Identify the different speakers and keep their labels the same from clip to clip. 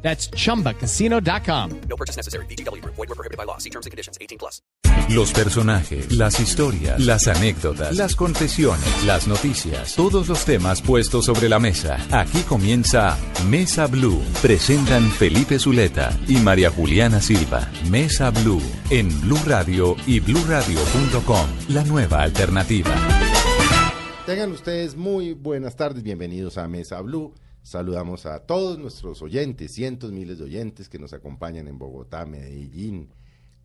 Speaker 1: That's chumbacasino.com.
Speaker 2: No purchase necessary. BGW. Void were prohibited by law. See terms and conditions. 18 plus.
Speaker 3: Los personajes, las historias, las anécdotas, las confesiones, las noticias, todos los temas puestos sobre la mesa. Aquí comienza Mesa Blue. Presentan Felipe Zuleta y María Juliana Silva. Mesa Blue en Blue Radio y bluradio.com. La nueva alternativa.
Speaker 4: Tengan ustedes muy buenas tardes, bienvenidos a Mesa Blue. Saludamos a todos nuestros oyentes, cientos, miles de oyentes que nos acompañan en Bogotá, Medellín,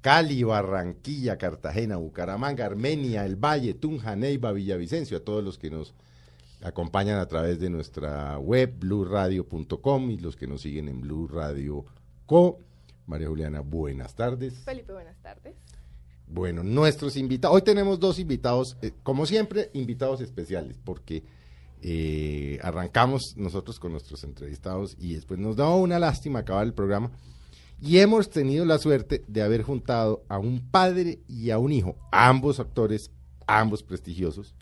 Speaker 4: Cali, Barranquilla, Cartagena, Bucaramanga, Armenia, El Valle, Tunja, Neiva, Villavicencio, a todos los que nos acompañan a través de nuestra web bluradio.com y los que nos siguen en Blue Radio Co. María Juliana, buenas tardes.
Speaker 5: Felipe, buenas tardes.
Speaker 4: Bueno, nuestros invitados. Hoy tenemos dos invitados, eh, como siempre, invitados especiales, porque eh, arrancamos nosotros con nuestros entrevistados y después nos da una lástima acabar el programa. Y hemos tenido la suerte de haber juntado a un padre y a un hijo, ambos actores, ambos prestigiosos.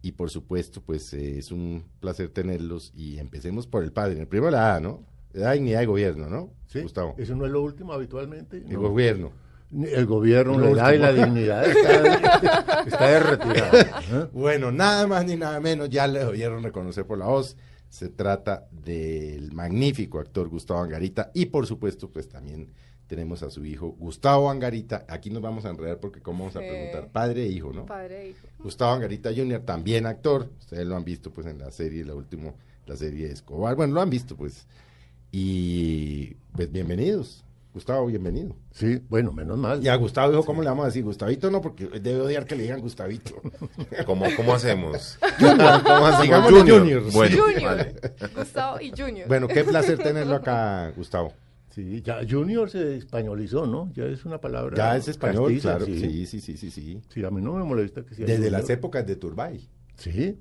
Speaker 4: Y por supuesto, pues eh, es un placer tenerlos. Y empecemos por el padre. En el primero la A, ¿no? La dignidad de gobierno, ¿no?
Speaker 6: Sí,
Speaker 4: Gustavo.
Speaker 6: Eso no es lo último habitualmente.
Speaker 4: El
Speaker 6: No.
Speaker 4: gobierno.
Speaker 6: El gobierno, la
Speaker 4: Lo
Speaker 6: edad y la
Speaker 4: último.
Speaker 6: dignidad está, está de retirada. ¿eh?
Speaker 4: Bueno, nada más ni nada menos, ya le oyeron reconocer por la voz. Se trata del magnífico actor Gustavo Angarita y por supuesto pues también tenemos a su hijo Gustavo Angarita. Aquí nos vamos a enredar porque cómo vamos a
Speaker 5: Sí.
Speaker 4: preguntar, padre e hijo, ¿no?
Speaker 5: Padre e hijo.
Speaker 4: Gustavo Angarita Jr. también actor. Ustedes lo han visto pues en la serie, la última, la serie de Escobar. Bueno, lo han visto pues. Y pues bienvenidos. Gustavo, bienvenido.
Speaker 6: Sí, bueno, menos mal.
Speaker 4: Y a Gustavo, hijo, ¿cómo le vamos a decir? Gustavito no, porque debe odiar que le digan Gustavito.
Speaker 7: ¿Cómo, cómo hacemos?
Speaker 4: ¿Cómo
Speaker 7: Digamos Junior. Bueno,
Speaker 5: Junior.
Speaker 7: vale.
Speaker 5: Gustavo y Junior.
Speaker 4: Bueno, qué placer tenerlo acá, Gustavo.
Speaker 6: Sí, ya Junior se españolizó, ¿no? Ya es una palabra.
Speaker 4: Ya es español,
Speaker 6: castiza,
Speaker 4: claro.
Speaker 6: Sí.
Speaker 4: Sí, sí, sí, sí, sí.
Speaker 6: Sí, a mí no me molesta que sea.
Speaker 4: Desde
Speaker 6: Junior.
Speaker 4: las épocas de Turbay.
Speaker 6: Sí.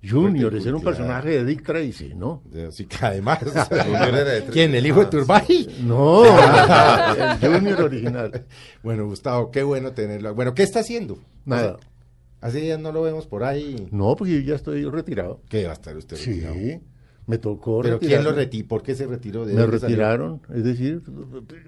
Speaker 6: Junior, ese era un
Speaker 4: Claro.
Speaker 6: personaje de Dick Tracy, ¿no?
Speaker 4: Así que además.
Speaker 7: era de tres. Ah,
Speaker 4: ¿Quién? ¿El hijo de Turbay?
Speaker 6: No, el Junior original.
Speaker 4: Bueno, Gustavo, qué bueno tenerlo. Bueno, ¿qué está haciendo?
Speaker 6: Nada.
Speaker 4: Hace días no lo vemos por ahí.
Speaker 6: No, porque yo ya estoy retirado.
Speaker 4: ¿Qué va a estar usted
Speaker 6: Sí,
Speaker 4: retirado?
Speaker 6: me tocó
Speaker 4: ¿Pero quién lo
Speaker 6: retirarme.
Speaker 4: retiró? ¿Por qué se retiró de
Speaker 6: Me
Speaker 4: dónde salió?
Speaker 6: retiraron, es decir,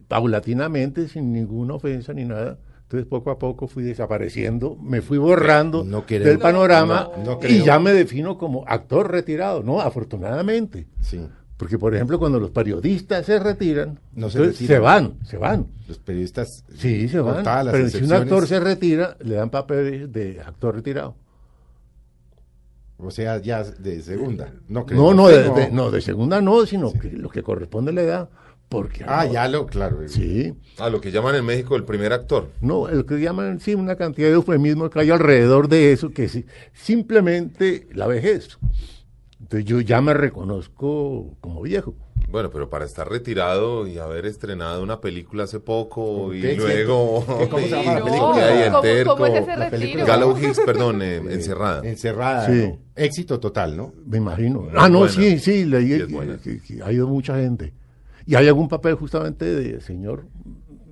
Speaker 6: paulatinamente, sin ninguna ofensa ni nada. Entonces, poco a poco fui desapareciendo, me fui borrando
Speaker 4: No queremos-
Speaker 6: del panorama
Speaker 4: No, no
Speaker 6: y
Speaker 4: creo.
Speaker 6: ya me defino como actor retirado, ¿no? Afortunadamente.
Speaker 4: Sí.
Speaker 6: Porque, por ejemplo, cuando los periodistas se retiran,
Speaker 4: No se
Speaker 6: entonces
Speaker 4: retiran.
Speaker 6: van, se van.
Speaker 4: Los periodistas.
Speaker 6: Sí, se
Speaker 4: con
Speaker 6: van.
Speaker 4: todas las
Speaker 6: Pero si un
Speaker 4: excepciones,
Speaker 6: actor se retira, le dan papeles de actor retirado.
Speaker 4: O sea, ya de segunda. No, creo.
Speaker 6: No, no, de, de- no, de segunda no, sino que lo que corresponde a la edad. Porque,
Speaker 4: Ah, ya lo, claro.
Speaker 6: Sí.
Speaker 7: A lo que llaman en México el primer actor.
Speaker 6: No, lo que llaman, sí, una cantidad de eufemismos que hay alrededor de eso, que sí, simplemente la vejez. Entonces yo ya me reconozco como viejo.
Speaker 7: Bueno, pero para estar retirado y haber estrenado una película hace poco y
Speaker 4: ¿Qué?
Speaker 7: luego...
Speaker 4: ¿Qué? ¿Cómo se
Speaker 5: Sí,
Speaker 4: llama la
Speaker 5: no.
Speaker 4: película?
Speaker 7: Que hay en
Speaker 5: ¿Cómo-
Speaker 7: Terco,
Speaker 5: cómo es ese
Speaker 4: la película
Speaker 5: retiro?
Speaker 7: Gallow Hicks, perdón, eh, encerrada.
Speaker 4: Encerrada.
Speaker 6: Sí.
Speaker 4: ¿no? Éxito total, ¿no?
Speaker 6: Me imagino. ah, no,
Speaker 7: buena.
Speaker 6: sí, sí,
Speaker 7: Sí,
Speaker 6: leí
Speaker 7: es buena.
Speaker 6: que, que ha ido mucha gente. Y hay algún papel justamente de señor,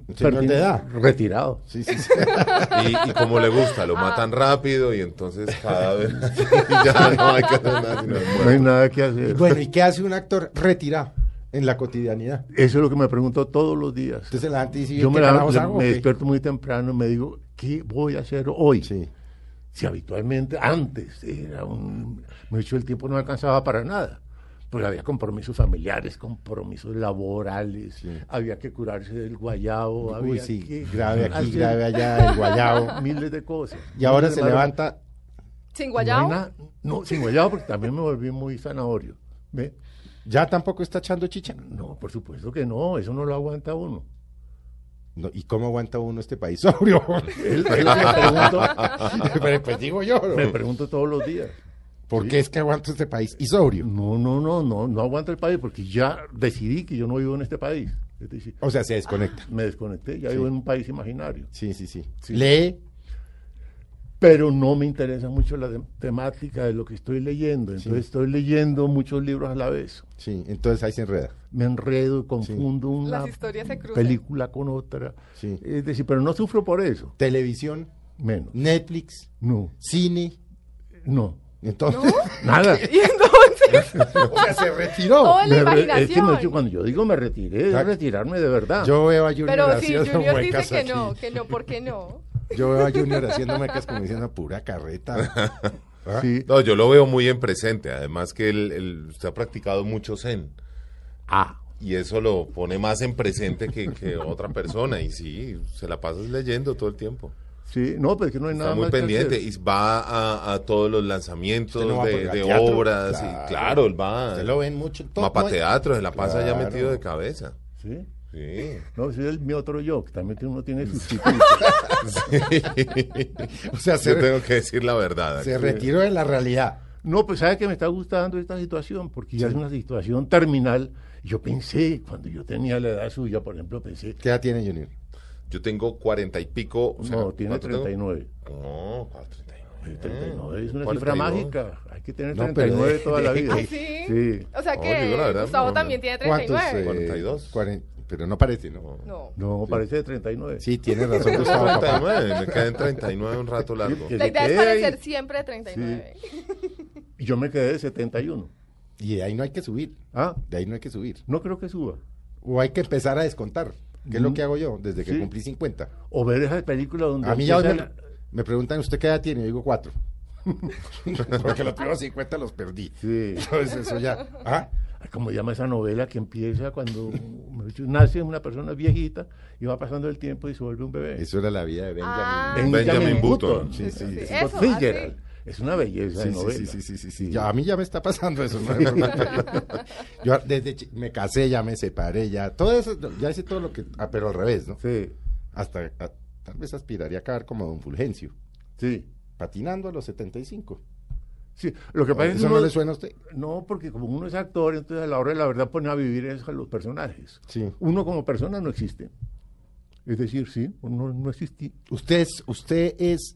Speaker 4: Señor
Speaker 6: Ferdinand
Speaker 4: de edad.
Speaker 6: retirado.
Speaker 4: Sí, sí, sí.
Speaker 7: Y, y como le gusta, lo matan rápido y entonces cada vez... y ya no hay que hacer nada. sino-
Speaker 6: No hay nada que hacer.
Speaker 4: Bueno, ¿y qué hace un actor retirado en la cotidianidad?
Speaker 6: Eso es lo que me pregunto todos los días.
Speaker 4: Entonces la gente dice,
Speaker 6: Yo
Speaker 4: ¿qué
Speaker 6: me, la-
Speaker 4: carajos
Speaker 6: me
Speaker 4: hago, o qué?
Speaker 6: despierto muy temprano y me digo, ¿qué voy a hacer hoy?
Speaker 4: Sí.
Speaker 6: si habitualmente antes era un mucho el tiempo no alcanzaba para nada porque había compromisos familiares compromisos laborales había que curarse del guayabo
Speaker 4: Uy,
Speaker 6: había
Speaker 4: sí,
Speaker 6: que
Speaker 4: grave aquí,
Speaker 6: hacer
Speaker 4: grave allá, el guayao.
Speaker 6: miles de cosas
Speaker 4: Y ahora se
Speaker 6: Miles de malos-
Speaker 4: levanta,
Speaker 5: Sin
Speaker 6: no, hay
Speaker 5: guayao.
Speaker 6: nada- no sin guayabo porque también me volví muy zanahorio ¿ve?
Speaker 4: ya tampoco está echando chicha.
Speaker 6: no por supuesto que no eso no lo aguanta uno
Speaker 4: No, ¿Y cómo aguanta uno este país sobrio?
Speaker 6: Él- él me, pregunto,
Speaker 4: Pero, pues digo yo, ¿no?
Speaker 6: me pregunto todos los días
Speaker 4: ¿por qué es que aguanta este país y sobrio?
Speaker 6: no no no no no aguanta el país porque ya decidí que yo no vivo en este país Es decir,
Speaker 4: O sea, se desconecta.
Speaker 6: me desconecté, ya
Speaker 4: Sí.
Speaker 6: vivo en un país imaginario.
Speaker 4: Sí, sí, sí.
Speaker 6: Sí.
Speaker 4: Lee.
Speaker 6: Pero no me interesa mucho la de- temática de lo que estoy leyendo. Entonces estoy leyendo muchos libros a la vez.
Speaker 4: Sí, entonces ahí se enreda.
Speaker 6: Me enredo, confundo una
Speaker 5: Las historias se cruzan.
Speaker 6: película con otra.
Speaker 4: Sí.
Speaker 6: Es decir, pero no sufro por eso.
Speaker 4: Televisión,
Speaker 6: Menos.
Speaker 4: Netflix,
Speaker 6: No,
Speaker 4: cine.
Speaker 6: no.
Speaker 4: Entonces,
Speaker 6: Nada.
Speaker 5: Y entonces,
Speaker 4: o sea, se retiró.
Speaker 5: toda la
Speaker 6: Me re- es que me-
Speaker 5: imaginación.
Speaker 6: cuando yo digo me retiré, es
Speaker 4: Exacto.
Speaker 6: retirarme de verdad.
Speaker 4: Yo veo a Junior
Speaker 5: Pero si
Speaker 4: haciendo
Speaker 5: Junior dice
Speaker 4: muecas
Speaker 5: que
Speaker 4: aquí.
Speaker 5: no, que no, ¿por qué no?
Speaker 4: Yo veo a Junior haciendo muecas como diciendo pura carreta.
Speaker 6: Sí.
Speaker 7: No, yo lo veo muy en presente. Además que él, él- usted ha practicado mucho zen.
Speaker 6: Ah,
Speaker 7: Y eso lo pone más en presente que, que otra persona. Y sí, se la pasas leyendo todo el tiempo.
Speaker 6: sí, no, pero es que no hay nada
Speaker 7: Está muy
Speaker 6: más que
Speaker 7: pendiente.
Speaker 6: hacer.
Speaker 7: Y va a, a todos los lanzamientos
Speaker 4: Usted no va
Speaker 7: de,
Speaker 4: porque al
Speaker 7: de
Speaker 4: teatro.
Speaker 7: obras. y-
Speaker 4: Claro.
Speaker 7: Claro, él va.
Speaker 4: Se lo ven mucho. en todo-
Speaker 7: Mapateatro, se la pasa ya
Speaker 4: Claro.
Speaker 7: metido de cabeza.
Speaker 6: Sí.
Speaker 7: Sí.
Speaker 6: No, ese es el- mi otro yo, que también uno tiene sus
Speaker 4: O sea, se,
Speaker 7: Yo tengo que decir la verdad.
Speaker 4: se
Speaker 7: aquí.
Speaker 4: retiró de la realidad.
Speaker 6: No, pues sabe que me está gustando esta situación, porque ya es una situación terminal. Yo pensé, cuando yo tenía la edad suya, por ejemplo, pensé,
Speaker 4: ¿Qué edad tiene Junior?
Speaker 7: Yo tengo cuarenta y pico. o sea,
Speaker 6: no, tiene
Speaker 7: ¿cuánto tengo?
Speaker 6: 39.
Speaker 7: No, ¿cuál 39?
Speaker 6: Eh, 39 es una
Speaker 7: 42.
Speaker 6: cifra mágica. Hay que tener
Speaker 4: No,
Speaker 6: 39
Speaker 4: pero-
Speaker 6: toda la vida.
Speaker 5: ¿Ah, sí?
Speaker 6: Sí.
Speaker 5: O sea
Speaker 7: No,
Speaker 5: que
Speaker 7: digo la verdad,
Speaker 5: Gustavo
Speaker 7: no, no.
Speaker 5: también tiene
Speaker 4: ¿Cuántos?
Speaker 5: 39.
Speaker 4: eh,
Speaker 7: 42.
Speaker 4: cuaren- pero no parece, ¿no?
Speaker 5: No.
Speaker 6: No, parece de 39.
Speaker 4: Sí, tiene razón
Speaker 7: Tengo
Speaker 4: Gustavo, papá.
Speaker 7: 39, me quedan 39 un rato largo.
Speaker 6: Sí, que-
Speaker 5: La idea es
Speaker 6: quede ahí.
Speaker 5: parecer siempre 39.
Speaker 6: Y Yo me quedé de 71.
Speaker 4: Y de ahí no hay que subir.
Speaker 6: Ah,
Speaker 4: De ahí no hay que subir.
Speaker 6: no creo que suba.
Speaker 4: O hay que empezar a descontar. Que es lo que hago yo desde que
Speaker 6: Sí.
Speaker 4: cumplí 50.
Speaker 6: O ver esa película donde...
Speaker 4: A mí ya hoy
Speaker 6: empieza
Speaker 4: me,
Speaker 6: la-
Speaker 4: me preguntan, ¿usted qué edad tiene? Yo digo cuatro. Porque los primeros 50 los perdí.
Speaker 6: Sí.
Speaker 4: Entonces eso ya. ¿Ah?
Speaker 6: Ay, como llama esa novela que empieza cuando mejor dicho, nace una persona viejita y va pasando el tiempo y se vuelve un bebé.
Speaker 4: Eso era la vida de Benjamin.
Speaker 5: Ah.
Speaker 7: Benjamin Button.
Speaker 6: Sí, sí,
Speaker 5: Sí,
Speaker 6: sí.
Speaker 5: eso,
Speaker 6: Fitzgerald. Es una belleza
Speaker 4: Sí,
Speaker 6: de novela.
Speaker 4: sí, sí, sí, sí, sí, sí. Ya, a mí ya me está pasando eso. ¿no? Yo desde chi- me casé, ya me separé, ya todo eso, ya hice todo lo que, ah, pero al revés, ¿no?
Speaker 6: Sí,
Speaker 4: Hasta a- tal vez aspiraría a acabar como Don Fulgencio,
Speaker 6: sí.
Speaker 4: patinando a los 75.
Speaker 6: Sí, Lo que pasa es que
Speaker 4: ¿Eso no
Speaker 6: uno-
Speaker 4: le suena a usted?
Speaker 6: No, porque como uno es actor, entonces a la hora de la verdad pone a vivir es a los personajes.
Speaker 4: Sí.
Speaker 6: Uno como persona no existe. Es decir, sí, uno no existe.
Speaker 4: ¿Usted es, usted es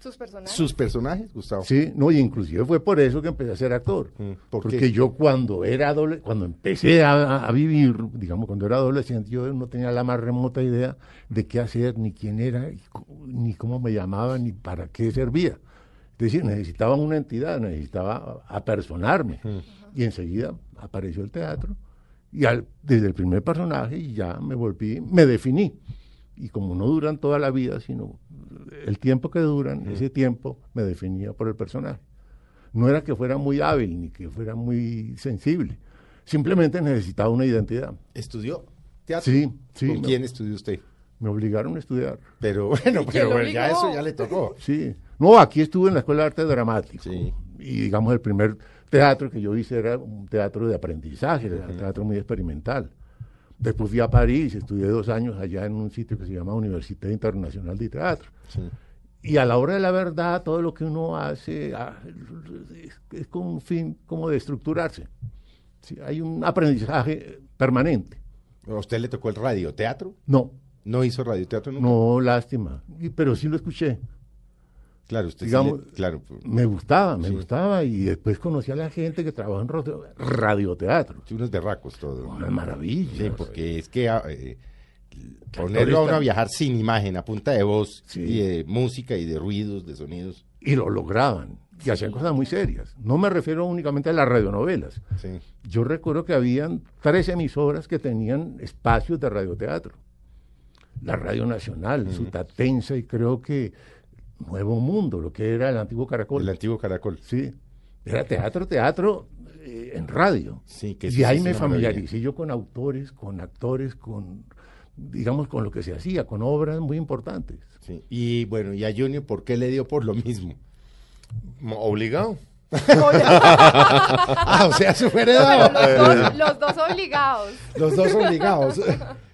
Speaker 5: Sus personajes.
Speaker 4: sus personajes, Gustavo?
Speaker 6: Sí, no, y inclusive fue por eso que empecé a ser actor.
Speaker 4: Mm, ¿por
Speaker 6: porque
Speaker 4: qué?
Speaker 6: yo cuando era adole- cuando empecé a, a vivir, digamos, cuando era adolescente, yo no tenía la más remota idea de qué hacer, ni quién era, y co- ni cómo me llamaba, ni para qué servía. Es decir, necesitaba una entidad, necesitaba apersonarme.
Speaker 4: Mm.
Speaker 6: Y enseguida apareció el teatro, y al- desde el primer personaje ya me volví, me definí. Y como no duran toda la vida, sino el tiempo que duran,
Speaker 4: Mm.
Speaker 6: ese tiempo me definía por el personaje. No era que fuera muy hábil ni que fuera muy sensible. Simplemente necesitaba una identidad.
Speaker 4: ¿Estudió teatro?
Speaker 6: Sí, sí.
Speaker 4: ¿Con
Speaker 6: me-
Speaker 4: quién estudió usted?
Speaker 6: Me obligaron a estudiar.
Speaker 4: Pero bueno,
Speaker 5: quién
Speaker 4: pero
Speaker 5: lo
Speaker 4: bueno, ya
Speaker 5: obligó?
Speaker 4: eso ya le tocó.
Speaker 6: Sí. No, aquí estuve en la Escuela de Arte Dramático.
Speaker 4: Sí.
Speaker 6: Y digamos, el primer teatro que yo hice era un teatro de aprendizaje, era un teatro muy experimental. Después fui a París, estudié dos años allá en un sitio que se llama Universidad Internacional de Teatro. Y a la hora de la verdad, todo lo que uno hace ah, es, es con un fin como de estructurarse. Sí, hay un aprendizaje permanente.
Speaker 4: ¿A usted le tocó el radioteatro?
Speaker 6: No,
Speaker 4: ¿No hizo radioteatro nunca?
Speaker 6: no, lástima. Y- Pero sí lo escuché.
Speaker 4: Claro, usted sí
Speaker 6: Digamos-
Speaker 4: le- claro. pues,
Speaker 6: Me gustaba, me gustaba. Y después conocí a la gente que trabajaba en radio- radioteatro.
Speaker 4: unos berracos todos.
Speaker 6: Una maravilla.
Speaker 4: Sí, porque es que ah, eh, ponerlo a uno a viajar sin imagen, a punta de voz
Speaker 6: Sí.
Speaker 4: y de música y de ruidos, de sonidos.
Speaker 6: Y lo lograban. Y hacían cosas muy serias. No me refiero únicamente a las radionovelas.
Speaker 4: Sí.
Speaker 6: Yo recuerdo que habían tres emisoras que tenían espacios de radioteatro. La Radio Nacional, Sutatensa y creo que Nuevo Mundo, lo que era el antiguo Caracol.
Speaker 4: El antiguo caracol.
Speaker 6: Sí, era teatro, teatro eh, en radio.
Speaker 4: Sí, que eso
Speaker 6: y
Speaker 4: sí
Speaker 6: ahí
Speaker 4: es
Speaker 6: me
Speaker 4: una maravilla.
Speaker 6: familiaricé yo con autores, con actores, con, digamos, con lo que se hacía, con obras muy importantes.
Speaker 4: Sí. Y bueno, y a Junior, ¿por qué le dio por lo mismo?
Speaker 7: Mo- Obligado.
Speaker 4: Ah, o sea, su
Speaker 5: Pero
Speaker 4: heredado.
Speaker 5: los,
Speaker 7: Eh.
Speaker 5: dos, los dos obligados.
Speaker 4: Los dos obligados.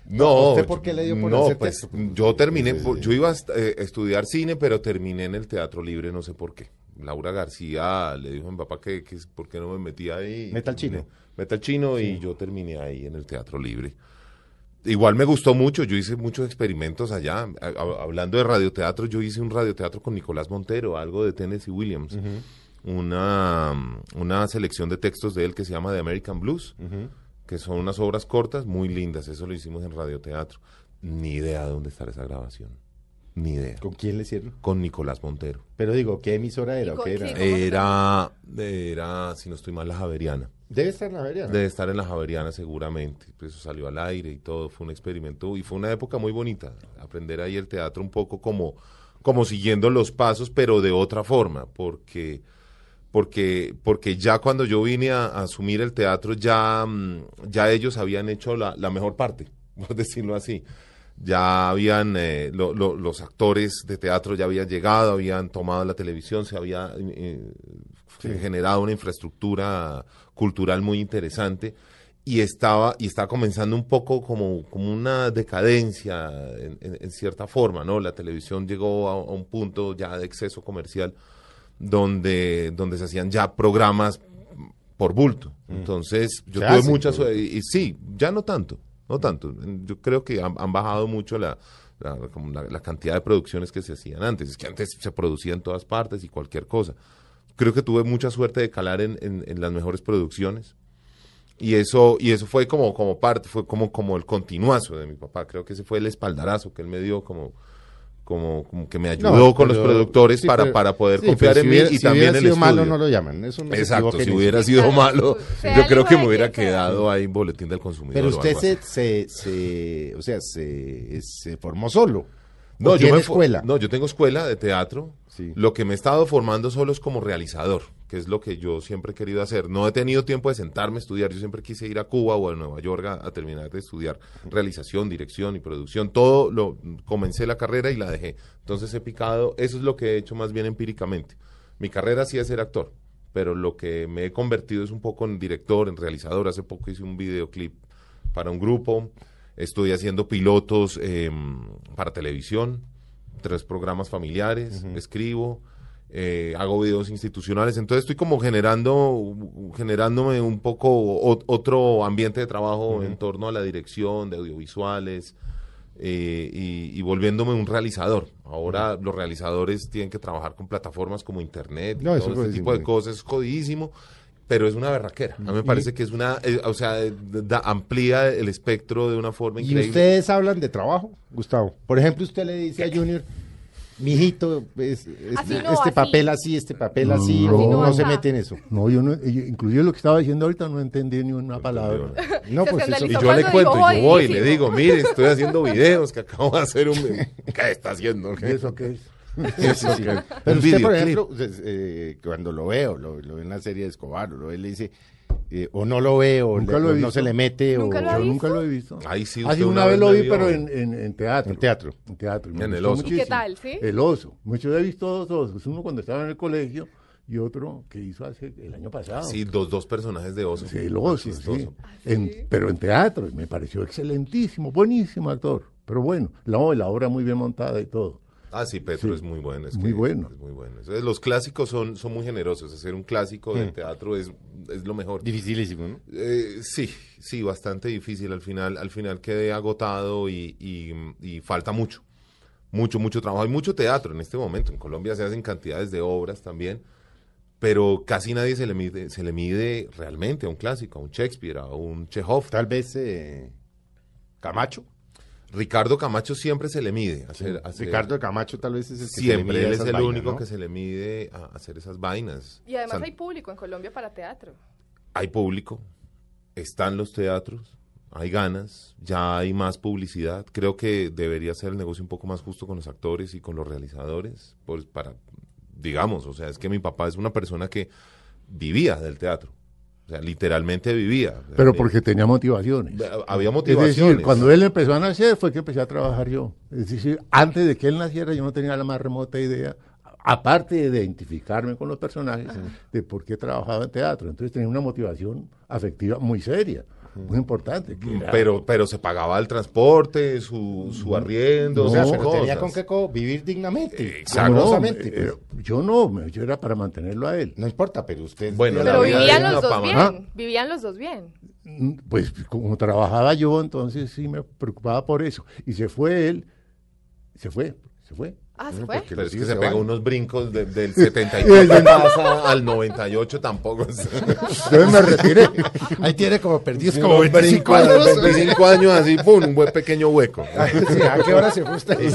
Speaker 7: No,
Speaker 4: ¿Usted por qué le dio por
Speaker 7: no,
Speaker 4: hacer
Speaker 7: pues
Speaker 4: teatro?
Speaker 7: yo terminé, por- yo iba a est- eh, estudiar cine, pero terminé en el Teatro Libre, no sé por qué. Laura García le dijo a mi papá que, que es- por qué no me metía ahí.
Speaker 4: Metal chino.
Speaker 7: Metal chino y yo terminé ahí en el Teatro Libre. Igual me gustó mucho, yo hice muchos experimentos allá. A- a- hablando de radioteatro, yo hice un radioteatro con Nicolás Montero, algo de Tennessee Williams. una, una selección de textos de él que se llama The American Blues, que son unas obras cortas muy lindas. Eso lo hicimos en radioteatro. Ni idea de dónde estará esa grabación. Ni idea.
Speaker 4: ¿Con quién le hicieron?
Speaker 7: Con Nicolás Montero.
Speaker 4: Pero digo, ¿qué emisora era
Speaker 5: ¿Y
Speaker 4: o
Speaker 5: con
Speaker 4: qué era?
Speaker 6: Eh,
Speaker 5: quién?
Speaker 7: Era, era, si no estoy mal, la Javeriana.
Speaker 4: Debe estar en la vereda.
Speaker 7: Debe estar en la Javeriana seguramente. Pues eso salió al aire y todo. Fue un experimento y fue una época muy bonita. Aprender ahí el teatro un poco como, como siguiendo los pasos, pero de otra forma. Porque, porque, porque ya cuando yo vine a, a asumir el teatro, ya, mm, ya ellos habían hecho la, la mejor parte, por decirlo así. Ya habían, eh, lo- lo- los actores de teatro ya habían llegado, habían tomado la televisión, se había eh, generado una infraestructura cultural muy interesante y estaba y está comenzando un poco como, como una decadencia en, en- en cierta forma, ¿no? La televisión llegó a, a un punto ya de exceso comercial donde, donde se hacían ya programas por bulto. Entonces, yo
Speaker 4: Mm. Se
Speaker 7: tuve
Speaker 4: hacen
Speaker 7: muchas...
Speaker 4: por
Speaker 7: Y, y sí, ya no tanto, no tanto. Yo creo que han, han bajado mucho la, la, como la- la cantidad de producciones que se hacían antes. Es que antes se producía en todas partes y cualquier cosa. Creo que tuve mucha suerte de calar en, en- en las mejores producciones. Y eso, y eso fue como, como parte, fue como, como el continuazo de mi papá. Creo que ese fue el espaldarazo que él me dio como, como, como que me ayudó
Speaker 4: No,
Speaker 7: con
Speaker 4: pero-
Speaker 7: los productores
Speaker 4: sí,
Speaker 7: para,
Speaker 4: pero-
Speaker 7: para poder
Speaker 4: sí,
Speaker 7: confiar
Speaker 4: pero
Speaker 7: en
Speaker 4: si
Speaker 7: mí
Speaker 4: hubiera-
Speaker 7: y
Speaker 4: si
Speaker 7: también
Speaker 4: hubiera
Speaker 7: el
Speaker 4: sido
Speaker 7: estudio.
Speaker 4: malo no lo llaman. Eso no se
Speaker 7: Exacto,
Speaker 4: equivoquen
Speaker 7: si
Speaker 4: en
Speaker 7: hubiera
Speaker 5: eso.
Speaker 7: sido
Speaker 5: Claro,
Speaker 7: malo,
Speaker 5: sea
Speaker 7: yo
Speaker 5: el
Speaker 7: creo
Speaker 5: hijo
Speaker 7: que
Speaker 5: de
Speaker 7: me hubiera
Speaker 5: quien sea.
Speaker 7: quedado ahí en Boletín del Consumidor.
Speaker 4: Pero
Speaker 7: o
Speaker 4: usted
Speaker 7: algo así.
Speaker 4: se, se, se, o sea, se, se formó solo.
Speaker 7: No,
Speaker 4: ¿O
Speaker 7: yo
Speaker 4: tiene
Speaker 7: me fo-
Speaker 4: escuela.
Speaker 7: No, yo tengo escuela de teatro.
Speaker 4: Sí.
Speaker 7: Lo que me he estado formando solo es como realizador, que es lo que yo siempre he querido hacer. No he tenido tiempo de sentarme a estudiar. Yo siempre quise ir a Cuba o a Nueva York a, a terminar de estudiar realización, dirección y producción. Todo lo comencé la carrera y la dejé. Entonces he picado. Eso es lo que he hecho más bien empíricamente. Mi carrera sí es ser actor, pero lo que me he convertido es un poco en director, en realizador. Hace poco hice un videoclip para un grupo. Estoy haciendo pilotos em, para televisión, tres programas familiares, escribo, eh, hago videos institucionales. Entonces estoy como generando, generándome un poco o- otro ambiente de trabajo en torno a la dirección de audiovisuales eh, y, y volviéndome un realizador. Ahora los realizadores tienen que trabajar con plataformas como internet y
Speaker 4: No, eso
Speaker 7: todo
Speaker 4: es
Speaker 7: este tipo de
Speaker 4: jodidísimo.
Speaker 7: cosas, es jodidísimo. Pero es una berraquera. A mí me parece que es una. eh, o sea, eh, da- amplía el espectro de una forma
Speaker 4: ¿Y
Speaker 7: increíble.
Speaker 4: ustedes hablan de trabajo, Gustavo? Por ejemplo, usted le dice a Junior, mijito, es- este,
Speaker 5: Así no,
Speaker 4: este
Speaker 5: así.
Speaker 4: papel así, este papel así,
Speaker 6: No.
Speaker 4: o no,
Speaker 5: Así no
Speaker 4: se
Speaker 5: anda.
Speaker 4: mete en eso.
Speaker 6: No, yo no, yo- inclusive lo que estaba diciendo ahorita no entendí ni una palabra.
Speaker 4: No,
Speaker 5: Se
Speaker 4: pues eso.
Speaker 7: Y
Speaker 5: escandalizó.
Speaker 7: yo le
Speaker 5: Cuando
Speaker 7: cuento,
Speaker 5: digo,
Speaker 7: y yo voy y le
Speaker 5: "Jodidísimo".
Speaker 7: digo, mire, estoy haciendo videos que acabo de hacer un... ¿Qué está haciendo?
Speaker 6: ¿Y eso qué es?
Speaker 4: Sí, sí. Pero
Speaker 7: Un
Speaker 4: usted, por
Speaker 7: videoclip.
Speaker 4: ejemplo, pues, eh, cuando lo veo, lo, lo ve en la serie de Escobar, o lo ve, le dice, eh, o no lo veo,
Speaker 6: Nunca
Speaker 4: le-
Speaker 6: lo he
Speaker 4: o no
Speaker 6: visto.
Speaker 4: se le mete,
Speaker 5: Nunca
Speaker 4: o
Speaker 5: lo
Speaker 6: Yo
Speaker 5: ha visto?
Speaker 6: nunca lo he visto.
Speaker 7: Ahí sí,
Speaker 6: Ah,
Speaker 7: usted
Speaker 6: una vez lo
Speaker 7: me
Speaker 6: vi,
Speaker 7: vio.
Speaker 6: pero en, en- en teatro.
Speaker 4: en teatro.
Speaker 6: En teatro. me
Speaker 7: En el
Speaker 6: gustó
Speaker 7: oso. ¿Y
Speaker 5: qué tal, sí?
Speaker 6: El oso. Muchos he visto dos osos. Uno cuando estaba en el colegio y otro que hizo hace el año pasado.
Speaker 7: Sí, dos, dos personajes de oso.
Speaker 6: Sí, el oso,
Speaker 7: Chistoso.
Speaker 6: sí. En- pero en teatro, y me pareció excelentísimo, buenísimo actor. Pero bueno, la, la obra muy bien montada y todo.
Speaker 7: Ah, sí, Petro
Speaker 6: Sí.
Speaker 7: es muy bueno. Es
Speaker 6: Muy
Speaker 7: que-
Speaker 6: bueno.
Speaker 7: es muy bueno. Entonces, los clásicos son, son muy generosos. Hacer un clásico
Speaker 6: Hmm.
Speaker 7: de teatro es, es lo mejor.
Speaker 4: Dificilísimo, ¿no?
Speaker 7: Eh, sí, sí, bastante difícil. Al final, al final quedé agotado y, y- y falta mucho. Mucho, mucho trabajo. Hay mucho teatro en este momento. En Colombia se hacen cantidades de obras también, pero casi nadie se le mide, se le mide realmente a un clásico, a un Shakespeare, a un Chekhov.
Speaker 4: Tal vez eh, Camacho.
Speaker 7: Ricardo Camacho siempre se le mide. a hacer- a hacer-
Speaker 4: Ricardo Camacho tal vez es el que se le
Speaker 7: Eh, ah, siempre.
Speaker 4: mide
Speaker 7: Él es
Speaker 4: esas
Speaker 7: el
Speaker 4: vainas,
Speaker 7: único
Speaker 4: ¿no?
Speaker 7: que se le mide a hacer esas vainas.
Speaker 5: Y además
Speaker 7: San-
Speaker 5: hay público en Colombia para teatro.
Speaker 7: hay público, están los teatros, hay ganas, ya hay más publicidad. Creo que debería ser el negocio un poco más justo con los actores y con los realizadores, pues para, digamos, o sea, es que mi papá es una persona que vivía del teatro, o sea, literalmente vivía. O sea,
Speaker 6: Pero
Speaker 7: eh,
Speaker 6: porque tenía motivaciones.
Speaker 7: había
Speaker 6: Es
Speaker 7: motivaciones.
Speaker 6: decir, cuando él empezó a nacer fue que empecé a trabajar yo. Es decir, antes de que él naciera yo no tenía la más remota idea, aparte de identificarme con los personajes, de por qué trabajaba en teatro. Entonces tenía una motivación afectiva muy seria, muy importante. que era-
Speaker 7: pero, pero se pagaba el transporte, su, su arriendo,
Speaker 4: O sea,
Speaker 7: sus
Speaker 4: pero tenía
Speaker 7: cosas.
Speaker 4: con qué co- vivir dignamente,
Speaker 7: Exacto.
Speaker 6: No,
Speaker 4: amorosamente, pues.
Speaker 6: eh, yo no, me- yo era para mantenerlo a él.
Speaker 4: No importa, pero usted...
Speaker 7: Bueno,
Speaker 4: usted
Speaker 7: la
Speaker 5: Pero
Speaker 7: vida
Speaker 5: vivían
Speaker 7: es
Speaker 5: los
Speaker 7: una
Speaker 5: dos
Speaker 7: fama.
Speaker 5: bien.
Speaker 6: ¿Ah?
Speaker 5: Vivían los dos bien.
Speaker 6: mm, pues como trabajaba yo, entonces sí me preocupaba por eso. Y se fue él, se fue, se fue.
Speaker 5: Ah, ¿se
Speaker 4: Bueno,
Speaker 5: fue?
Speaker 4: porque
Speaker 7: Pero
Speaker 4: los
Speaker 7: es que
Speaker 4: hijos
Speaker 7: se
Speaker 4: se
Speaker 7: pega
Speaker 4: van.
Speaker 7: unos brincos de- del 74 pasa al 98 tampoco. es-
Speaker 6: Entonces me retiré.
Speaker 4: Ahí tiene como perdidos
Speaker 7: Sí,
Speaker 4: como
Speaker 7: unos
Speaker 4: 25
Speaker 7: brincos a los
Speaker 4: años.
Speaker 7: 25 años así, pum, un buen pequeño hueco.
Speaker 4: Sí, ¿A qué hora se fue usted?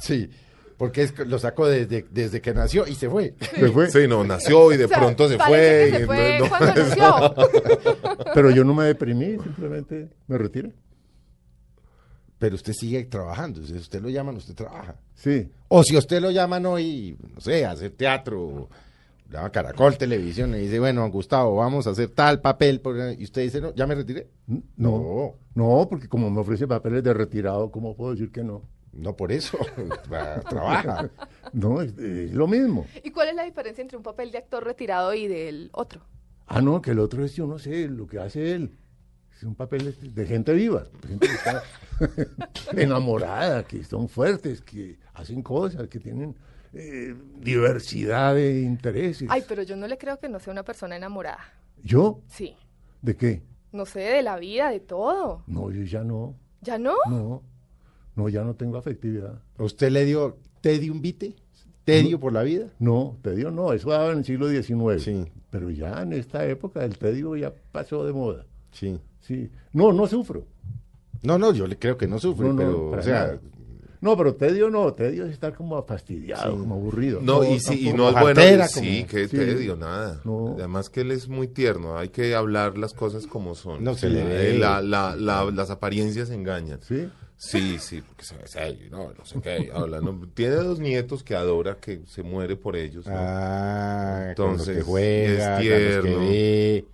Speaker 4: Sí, porque es que lo sacó desde, desde que nació y se fue.
Speaker 6: Se fue.
Speaker 7: Sí, no, nació y de
Speaker 5: O sea,
Speaker 7: pronto se fue.
Speaker 5: parece
Speaker 7: y
Speaker 5: que se fue
Speaker 7: entonces
Speaker 5: cuando
Speaker 7: no-
Speaker 5: nació.
Speaker 6: Pero yo no me deprimí, simplemente me retiré.
Speaker 4: Pero usted sigue trabajando. Si usted lo llaman, usted trabaja.
Speaker 6: Sí.
Speaker 4: O si usted lo llaman hoy, no sé, a hacer teatro, o llama a Caracol Televisión y dice, bueno, Gustavo, vamos a hacer tal papel. por- Y usted dice, no, ya me retiré.
Speaker 6: No, no, porque como me ofrece papeles de retirado, ¿cómo puedo decir que no?
Speaker 4: No por eso, va, trabaja.
Speaker 6: No, es, es lo mismo.
Speaker 5: ¿Y cuál es la diferencia entre un papel de actor retirado y del otro?
Speaker 6: Ah, no, que el otro es, yo no sé, lo que hace él. Es un papel de gente viva, gente que está enamorada, que son fuertes, que hacen cosas, que tienen eh, diversidad de intereses.
Speaker 5: Ay, pero yo no le creo que no sea una persona enamorada.
Speaker 6: ¿Yo?
Speaker 5: Sí.
Speaker 6: ¿De qué?
Speaker 5: No sé, de la vida, de todo.
Speaker 6: No, yo ya no,
Speaker 5: ¿Ya no?
Speaker 6: no, no, ya no tengo afectividad.
Speaker 4: ¿Usted le dio, te dio un vite? ¿Tedio por la vida?
Speaker 6: No, tedio no, eso daba en el siglo XIX.
Speaker 4: Sí.
Speaker 6: Pero ya en esta época el tedio ya pasó de moda.
Speaker 4: Sí.
Speaker 6: Sí. No, no sufro.
Speaker 4: No, no, yo le creo que no sufre,
Speaker 6: No, no,
Speaker 4: pero, o
Speaker 6: para
Speaker 4: sea,
Speaker 6: nada. No, pero tedio no, tedio es estar como fastidiado, como aburrido.
Speaker 7: No, y, sí, y no es
Speaker 4: como
Speaker 7: bueno.
Speaker 4: jartera,
Speaker 7: sí,
Speaker 4: como-
Speaker 7: que
Speaker 6: sí.
Speaker 7: tedio, nada.
Speaker 6: No.
Speaker 7: Además que él es muy tierno, hay que hablar las cosas como son.
Speaker 4: No se le ve.
Speaker 7: Eh, la- la- la- las apariencias engañan.
Speaker 6: ¿Sí?
Speaker 7: Sí, sí, porque se ve serio, no, no sé qué, habla, ¿no? Tiene dos nietos que adora, que se muere por ellos. ¿no?
Speaker 4: ah, Entonces,
Speaker 7: Entonces,
Speaker 4: que juega,
Speaker 7: es
Speaker 4: con los que
Speaker 7: tierno.
Speaker 4: ve.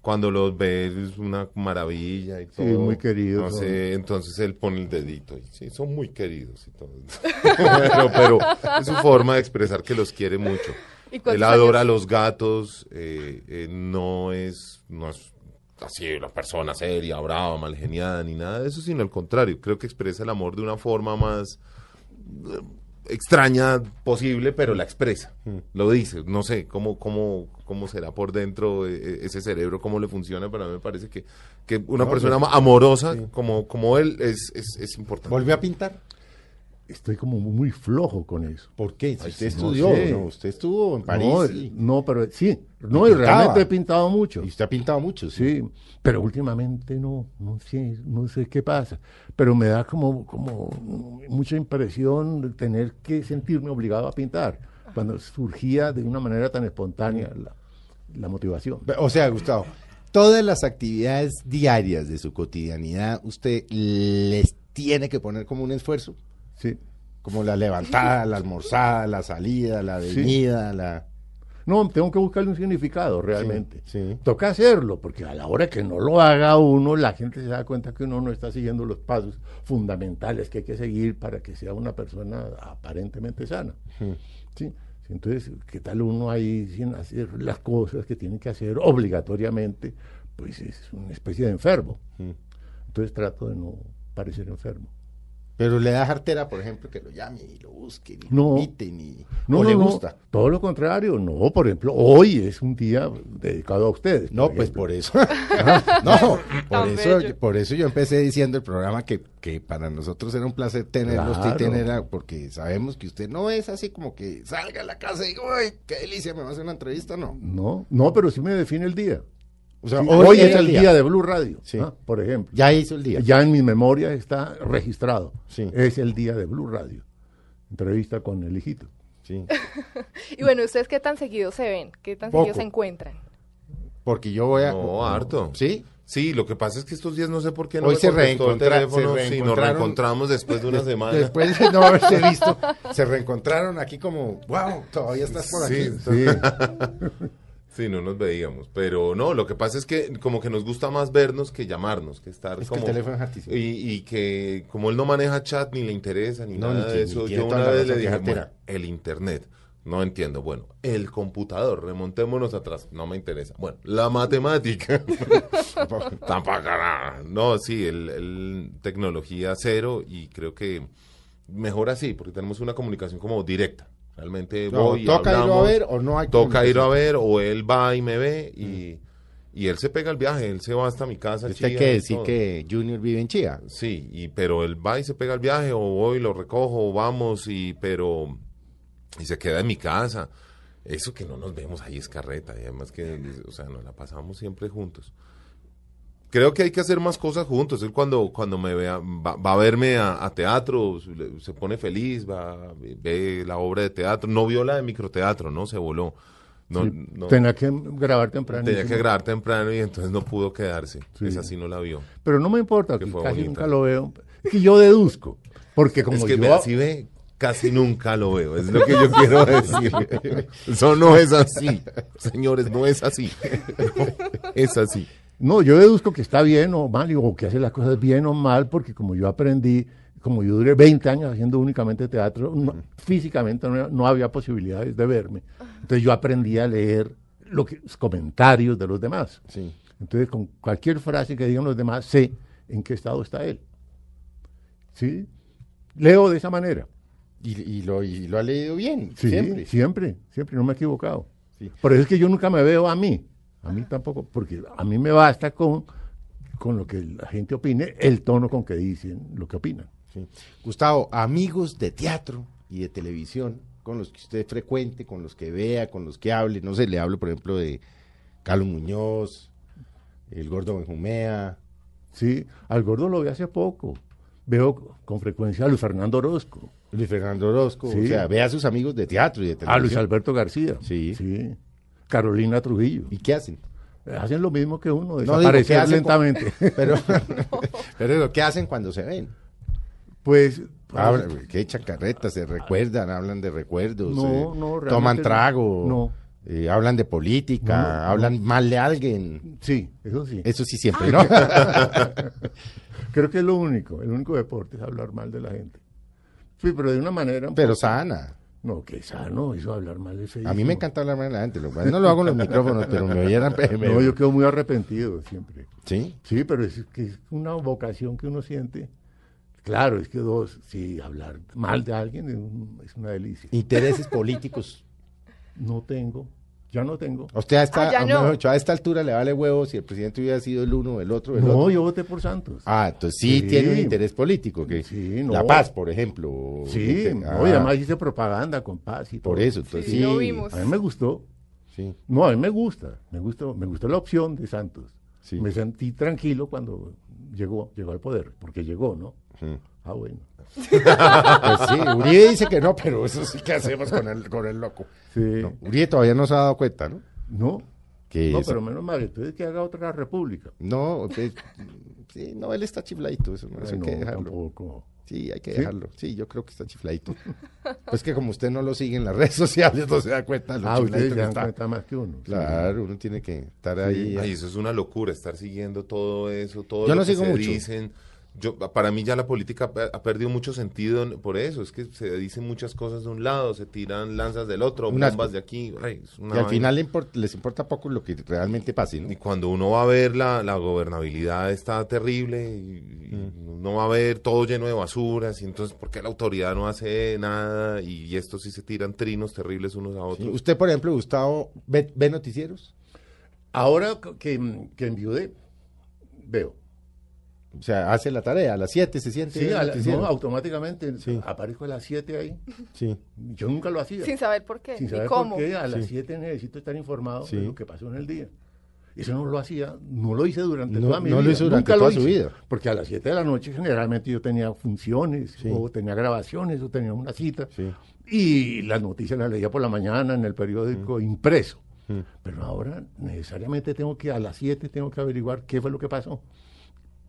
Speaker 7: Cuando los ve es una maravilla y todo.
Speaker 6: muy queridos
Speaker 7: No
Speaker 6: son.
Speaker 7: sé, entonces él pone el dedito y sí, son muy queridos y todo. pero, pero es su forma de expresar que los quiere mucho.
Speaker 5: ¿Y cuántos
Speaker 7: Él adora a
Speaker 5: años?
Speaker 7: los gatos, eh, eh, no, es, no es así una persona seria, brava, mal geniada, ni nada de eso, sino al contrario. Creo que expresa el amor de una forma más eh, extraña posible, pero la expresa, Mm. lo dice. No sé cómo, cómo, cómo será por dentro eh, eh, ese cerebro, cómo le funciona, pero a mí me parece que, que una persona
Speaker 4: pues,
Speaker 7: amorosa como, como él es, es, es importante.
Speaker 4: ¿Volvió a pintar?
Speaker 6: Estoy como muy flojo con eso.
Speaker 4: ¿Por qué? Si usted
Speaker 6: sí, no
Speaker 4: estudió,
Speaker 6: sé.
Speaker 4: no usted estuvo en París.
Speaker 6: no,
Speaker 4: sí.
Speaker 6: no, pero sí. No, y
Speaker 4: pintaba.
Speaker 6: realmente he pintado mucho.
Speaker 4: Y usted ha pintado mucho, sí.
Speaker 6: Sí, pero últimamente no, no sé, no sé qué pasa. Pero me da como, como mucha impresión de tener que sentirme obligado a pintar, cuando surgía de una manera tan espontánea la, la motivación.
Speaker 4: O sea, Gustavo, todas las actividades diarias de su cotidianidad, usted les tiene que poner como un esfuerzo,
Speaker 6: Sí.
Speaker 4: como la levantada, la almorzada, la salida, la
Speaker 6: Sí.
Speaker 4: venida, la...
Speaker 6: No, tengo que buscarle un significado realmente.
Speaker 4: sí.
Speaker 6: Toca hacerlo, porque a la hora que no lo haga uno, la gente se da cuenta que uno no está siguiendo los pasos fundamentales que hay que seguir para que sea una persona aparentemente sana. ¿sí? Entonces, ¿qué tal uno ahí sin hacer las cosas que tiene que hacer obligatoriamente? Pues es una especie de enfermo. Entonces trato de no parecer enfermo.
Speaker 4: Pero le da jartera, por ejemplo, que lo llamen y lo busquen y
Speaker 6: No.
Speaker 4: lo inviten y...
Speaker 6: No,
Speaker 4: o
Speaker 6: no,
Speaker 4: le
Speaker 6: no,
Speaker 4: gusta.
Speaker 6: Todo lo contrario, no, por ejemplo, hoy es un día dedicado a ustedes.
Speaker 4: No, pues
Speaker 6: ejemplo.
Speaker 4: por eso. no, por
Speaker 5: Tan
Speaker 4: eso,
Speaker 5: bello.
Speaker 4: por eso yo empecé diciendo el programa que, que para nosotros era un placer tenerlo a usted y
Speaker 6: Claro.
Speaker 4: tener a- porque sabemos que usted no es así como que salga a la casa y diga, ¡ay, qué delicia! ¿Me va a hacer una entrevista? No.
Speaker 6: No, no, pero sí me define el día.
Speaker 4: O sea,
Speaker 6: Sí, Ah, hoy, es el día. de Blue Radio,
Speaker 4: Sí.
Speaker 6: ¿ah? por ejemplo.
Speaker 4: Ya hizo el día.
Speaker 6: Ya en mi memoria está registrado.
Speaker 4: Sí.
Speaker 6: Es el día de Blue Radio. Entrevista con el hijito.
Speaker 4: Sí.
Speaker 5: Y bueno, ¿ustedes qué tan seguidos se ven? ¿Qué tan
Speaker 4: Poco.
Speaker 5: seguidos se encuentran?
Speaker 4: Porque yo voy a.
Speaker 7: No, harto.
Speaker 4: ¿Sí?
Speaker 7: Sí, lo que pasa es que estos días no sé por qué no
Speaker 4: Hoy
Speaker 7: me
Speaker 4: se
Speaker 7: contestó el
Speaker 4: reencontra-
Speaker 7: teléfono,
Speaker 4: se
Speaker 7: si nos
Speaker 4: reencontraron-
Speaker 7: reencontramos después de una semana.
Speaker 4: Después de no haberse visto, se reencontraron aquí como, wow, todavía estás por
Speaker 7: Sí,
Speaker 4: aquí.
Speaker 6: Sí,
Speaker 7: Sí, no nos veíamos, pero no, lo que pasa es que como que nos gusta más vernos que llamarnos, que estar
Speaker 4: Es pues, que el
Speaker 7: como...
Speaker 4: teléfono es artístico.
Speaker 7: y, y que como él no maneja chat, ni le interesa, ni
Speaker 4: No,
Speaker 7: nada
Speaker 4: ni
Speaker 7: de
Speaker 4: que-
Speaker 7: eso,
Speaker 4: ni tiene
Speaker 7: yo
Speaker 4: toda
Speaker 7: una
Speaker 4: la
Speaker 7: vez le
Speaker 4: razón,
Speaker 7: dije,
Speaker 4: qué
Speaker 7: bueno,
Speaker 4: jartera.
Speaker 7: el internet, no entiendo, bueno, el computador, remontémonos atrás, no me interesa, bueno, la matemática, tampoco, nada. no, sí, el, el tecnología cero y creo que mejor así, porque tenemos una comunicación como directa. Realmente
Speaker 4: No,
Speaker 7: voy y
Speaker 4: toca irlo a
Speaker 7: hablamos
Speaker 4: ver o no hay
Speaker 7: toca ir a
Speaker 4: comunicación.
Speaker 7: ver o él va y me ve y, Y él se pega el viaje, él se va hasta mi casa.
Speaker 4: Mm. Este hay
Speaker 7: Chía,
Speaker 4: que
Speaker 7: y
Speaker 4: decir
Speaker 7: todo.
Speaker 4: que Junior vive en Chía.
Speaker 7: Sí, y, pero él va y se pega el viaje, o voy, lo recojo, o vamos, y, pero. Y se queda en mi casa. Eso que no nos vemos ahí es carreta, y además que, o sea, nos la pasamos siempre juntos. Creo que hay que hacer más cosas juntos. Él cuando, cuando me vea, va, va a verme a, a teatro, se le- se pone feliz, va, ve la obra de teatro. No vio la de microteatro, ¿no? Se voló. No, no,
Speaker 6: Tenía que grabar temprano.
Speaker 7: tenía que grabar temprano y entonces no pudo quedarse.
Speaker 6: Sí.
Speaker 7: Esa sí no la vio.
Speaker 6: Pero no me importa,
Speaker 7: Que
Speaker 6: que
Speaker 7: fue
Speaker 6: casi
Speaker 7: bonita.
Speaker 6: nunca lo veo. Y yo deduzco. Porque como
Speaker 7: es que
Speaker 6: yo...
Speaker 7: vea, si ve, casi nunca lo veo. Es lo que yo quiero decir. Eso no es así, señores, no es así. No, es así.
Speaker 6: No, yo deduzco que está bien o mal, y- o que hace las cosas bien o mal, porque como yo aprendí, como yo duré 20 años haciendo únicamente teatro, no- físicamente no, no había posibilidades de verme. Entonces yo aprendí a leer lo que- los comentarios de los demás.
Speaker 4: Sí.
Speaker 6: Entonces con cualquier frase que digan los demás, sé en qué estado está él. ¿Sí? Leo de esa manera.
Speaker 4: Y, y lo, y lo ha leído bien,
Speaker 6: Sí,
Speaker 4: siempre.
Speaker 6: siempre, siempre, no me he equivocado.
Speaker 4: Sí.
Speaker 6: Por eso es que yo nunca me veo a mí, a mí tampoco, porque a mí me basta con, con lo que la gente opine, el tono con que dicen lo que opinan.
Speaker 4: Sí. Gustavo, amigos de teatro y de televisión, con los que usted frecuente, con los que vea, con los que hable, no sé, le hablo por ejemplo de Carlos Muñoz, el gordo Benjumea,
Speaker 6: ¿sí? Al gordo lo vi hace poco, veo con frecuencia a Luis Fernando Orozco,
Speaker 4: Luis Fernando Orozco, o
Speaker 6: Sí.
Speaker 4: sea, vea a sus amigos de teatro y de
Speaker 6: a Luis
Speaker 4: televisión.
Speaker 6: Alberto García,
Speaker 4: Sí.
Speaker 6: Carolina Trujillo.
Speaker 4: ¿Y qué hacen?
Speaker 6: Hacen lo mismo que uno,
Speaker 4: digo,
Speaker 6: desaparecer
Speaker 4: ¿qué hacen con-
Speaker 6: lentamente.
Speaker 4: Pero, pero lo que hacen cuando se ven.
Speaker 6: pues,
Speaker 4: Hablan, que echan carretas, se recuerdan, hablan de recuerdos,
Speaker 6: No,
Speaker 4: eh,
Speaker 6: no, realmente
Speaker 4: toman
Speaker 6: no.
Speaker 4: trago,
Speaker 6: No.
Speaker 4: eh, hablan de política,
Speaker 6: No, no.
Speaker 4: hablan mal de alguien.
Speaker 6: sí, eso sí.
Speaker 4: Eso sí siempre,
Speaker 6: Ah,
Speaker 4: ¿no?
Speaker 6: Creo que es lo único, el único deporte es hablar mal de la gente. Sí, pero de una manera. un
Speaker 4: Pero
Speaker 6: poco-
Speaker 4: sana.
Speaker 6: No, que sano, eso de hablar mal es
Speaker 4: A mí me encanta hablar mal de la gente. Lo cual no lo hago en los micrófonos, pero me oyeran. pues, me-
Speaker 6: No, yo quedo muy arrepentido siempre.
Speaker 4: Sí.
Speaker 6: Sí, pero es que es una vocación que uno siente. Claro, es que dos, sí, hablar mal de alguien es, un- es una delicia.
Speaker 4: Intereses políticos.
Speaker 6: No tengo, ya no tengo.
Speaker 4: A usted a esta,
Speaker 5: Ah, ya
Speaker 4: a, mejor
Speaker 5: no.
Speaker 4: dicho, a esta altura le vale huevo si el presidente hubiera sido el uno, el otro, el
Speaker 6: No,
Speaker 4: otro.
Speaker 6: yo voté por Santos.
Speaker 4: Ah, entonces sí,
Speaker 6: Sí.
Speaker 4: tiene un interés político. Que
Speaker 6: Sí, no.
Speaker 4: La paz, por ejemplo. o-
Speaker 6: sí,
Speaker 4: Ah,
Speaker 6: no, y además hice propaganda con paz y todo.
Speaker 4: Por eso, entonces sí.
Speaker 5: Sí, lo vimos.
Speaker 6: A mí me gustó.
Speaker 4: Sí.
Speaker 6: No, a mí me gusta, me gustó, me gustó la opción de Santos.
Speaker 4: Sí.
Speaker 6: Me sentí tranquilo cuando llegó, llegó al poder, porque llegó, ¿no? Ah, bueno.
Speaker 4: Pues sí, Uribe dice que no, pero eso sí que hacemos con el, con el loco.
Speaker 6: Sí.
Speaker 4: No, Uribe todavía no se ha dado cuenta, ¿no?
Speaker 6: No,
Speaker 4: Que
Speaker 6: no,
Speaker 4: eso-
Speaker 6: pero menos mal, entonces que haga otra república.
Speaker 4: No, pues, sí, no, él está chifladito, eso, no, eso
Speaker 6: Ay,
Speaker 4: hay
Speaker 6: no,
Speaker 4: que dejarlo.
Speaker 6: tampoco.
Speaker 4: Sí, hay que dejarlo. Sí, yo creo que está chifladito. pues que como usted no lo sigue en las redes sociales, no se da cuenta de lo
Speaker 6: Ah,
Speaker 4: chifladito
Speaker 6: ustedes
Speaker 4: que
Speaker 6: se dan
Speaker 4: está.
Speaker 6: cuenta más que uno. sí.
Speaker 4: Claro, uno tiene que estar ahí.
Speaker 7: Ay, eso es una locura, estar siguiendo todo eso, todo
Speaker 4: Yo
Speaker 7: lo
Speaker 4: no
Speaker 7: que
Speaker 4: sigo
Speaker 7: se
Speaker 4: mucho.
Speaker 7: dicen. Yo, para mí ya la política pe- ha perdido mucho sentido en- por eso, es que se dicen muchas cosas de un lado, se tiran lanzas del otro,
Speaker 4: Unas-
Speaker 7: bombas de aquí. ay, es una
Speaker 4: y al
Speaker 7: vaina.
Speaker 4: final le import- les importa poco lo que realmente pase, ¿no?
Speaker 7: Y cuando uno va a ver la, la gobernabilidad está terrible, y, y uno va a ver todo lleno de basuras, y entonces ¿por qué la autoridad no hace nada? Y, y estos sí se tiran trinos terribles unos a
Speaker 4: Sí,
Speaker 7: otros.
Speaker 4: Usted, por ejemplo, Gustavo, ¿ve, ve noticieros?
Speaker 6: Ahora que, que enviudé, veo.
Speaker 4: O sea, hace la tarea, a las 7 se siente.
Speaker 6: Sí,
Speaker 4: ve
Speaker 6: a la-
Speaker 4: noticiero.
Speaker 6: no, automáticamente
Speaker 4: Sí.
Speaker 6: aparezco a las 7 ahí.
Speaker 4: Sí.
Speaker 6: Yo nunca lo hacía.
Speaker 5: Sin saber por qué,
Speaker 6: Sin
Speaker 5: ni
Speaker 6: saber
Speaker 5: cómo.
Speaker 6: por qué, a las
Speaker 4: Sí.
Speaker 6: 7 necesito estar informado
Speaker 4: Sí.
Speaker 6: de lo que pasó en el día. Eso no lo hacía, no lo hice durante
Speaker 4: No-
Speaker 6: toda mi
Speaker 4: no lo
Speaker 6: vida.
Speaker 4: hizo durante
Speaker 6: Nunca
Speaker 4: toda
Speaker 6: lo
Speaker 4: su
Speaker 6: hice,
Speaker 4: vida.
Speaker 6: Porque a las 7 de la noche generalmente yo tenía funciones,
Speaker 4: Sí.
Speaker 6: o tenía grabaciones, o tenía una cita.
Speaker 4: Sí.
Speaker 6: Y las noticias las leía por la mañana en el periódico
Speaker 4: Mm.
Speaker 6: impreso. Pero ahora necesariamente tengo que, a las 7 tengo que averiguar qué fue lo que pasó.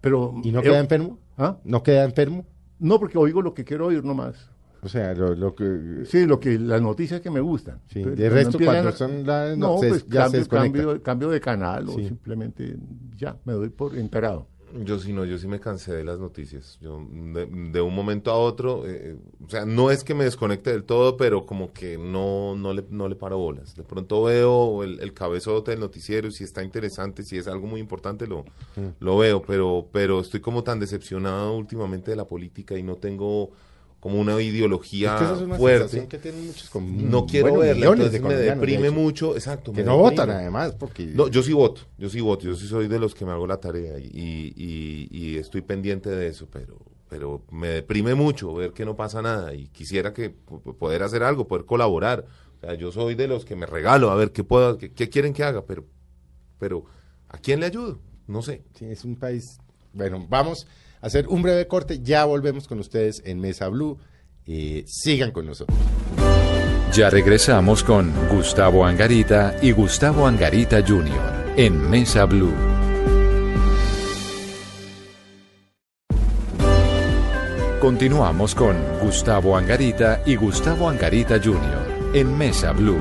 Speaker 6: Pero,
Speaker 4: ¿Y no
Speaker 6: eh,
Speaker 4: queda enfermo?
Speaker 6: ¿Ah?
Speaker 4: ¿No queda enfermo?
Speaker 6: No, porque oigo lo que quiero oír nomás.
Speaker 4: O sea, lo, lo que...
Speaker 6: Sí, lo que, las noticias que me gustan.
Speaker 4: Sí,
Speaker 6: Entonces,
Speaker 4: de
Speaker 6: cuando
Speaker 4: resto,
Speaker 6: empiezan
Speaker 4: cuando
Speaker 6: a-
Speaker 4: son las
Speaker 6: No,
Speaker 4: noticias,
Speaker 6: pues
Speaker 4: ya se
Speaker 6: cambio,
Speaker 4: desconecta.
Speaker 6: cambio, cambio de canal o
Speaker 4: Sí.
Speaker 6: simplemente ya, me doy por enterado.
Speaker 7: Yo sí no, yo sí me cansé de las noticias. Yo de, de un momento a otro, eh, o sea, no es que me desconecte del todo, pero como que no, no le, no le paro bolas. De pronto veo el, el cabezote del noticiero, y si está interesante, si es algo muy importante, lo,
Speaker 4: Mm.
Speaker 7: lo veo, pero, pero estoy como tan decepcionado últimamente de la política y no tengo como una ideología
Speaker 4: Es que esa es una
Speaker 7: fuerte.
Speaker 4: sensación que tienen muchos con-
Speaker 7: No quiero
Speaker 4: bueno,
Speaker 7: verla,
Speaker 4: millones
Speaker 7: entonces
Speaker 4: de
Speaker 7: me
Speaker 4: colombianos, de
Speaker 7: deprime
Speaker 4: hecho.
Speaker 7: mucho. Exacto.
Speaker 4: Que
Speaker 7: me
Speaker 4: no votan
Speaker 7: deprime.
Speaker 4: además, porque...
Speaker 7: No, yo sí voto, yo sí voto, yo sí soy de los que me hago la tarea y, y- y estoy pendiente de eso, pero, pero me deprime mucho ver que no pasa nada y quisiera que po- po- poder hacer algo, poder colaborar. O sea, yo soy de los que me regalo a ver qué puedo, qué, qué quieren que haga, pero, pero ¿a quién le ayudo? No sé.
Speaker 4: Sí, es un país... Bueno, vamos a hacer un breve corte. Ya volvemos con ustedes en Mesa Blue. Eh, sigan con nosotros.
Speaker 3: Ya regresamos con Gustavo Angarita y Gustavo Angarita Jr. en Mesa Blue. Continuamos con Gustavo Angarita y Gustavo Angarita Jr. en Mesa Blue.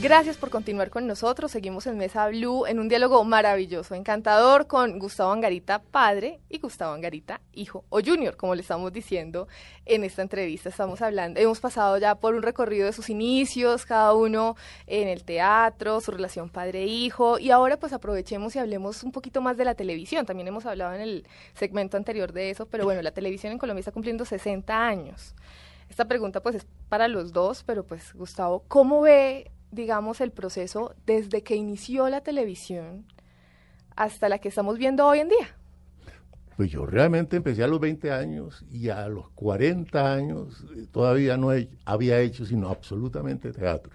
Speaker 5: Gracias por continuar con nosotros. Seguimos en Mesa Blue en un diálogo maravilloso, encantador con Gustavo Angarita padre y Gustavo Angarita hijo o junior, como le estamos diciendo en esta entrevista. Estamos hablando, hemos pasado ya por un recorrido de sus inicios, cada uno en el teatro, su relación padre-hijo y ahora pues aprovechemos y hablemos un poquito más de la televisión. También hemos hablado en el segmento anterior de eso, pero bueno, la televisión en Colombia está cumpliendo 60 años. Esta pregunta pues es para los dos, pero pues Gustavo, ¿cómo ve, digamos, el proceso desde que inició la televisión hasta la que estamos viendo hoy en día?
Speaker 6: Pues yo realmente empecé a los 20 años y a los 40 años eh, todavía no he- había hecho sino absolutamente teatro.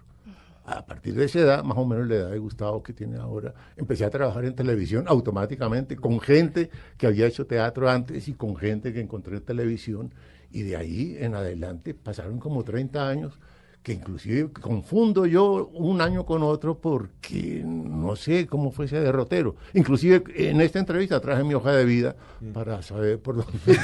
Speaker 6: A partir de esa edad, más o menos la edad de Gustavo que tiene ahora, empecé a trabajar en televisión automáticamente con gente que había hecho teatro antes y con gente que encontré en televisión. Y de ahí en adelante pasaron como 30 años que inclusive confundo yo un año con otro porque no sé cómo fue ese derrotero. Inclusive en esta entrevista traje mi hoja de vida para saber por dónde...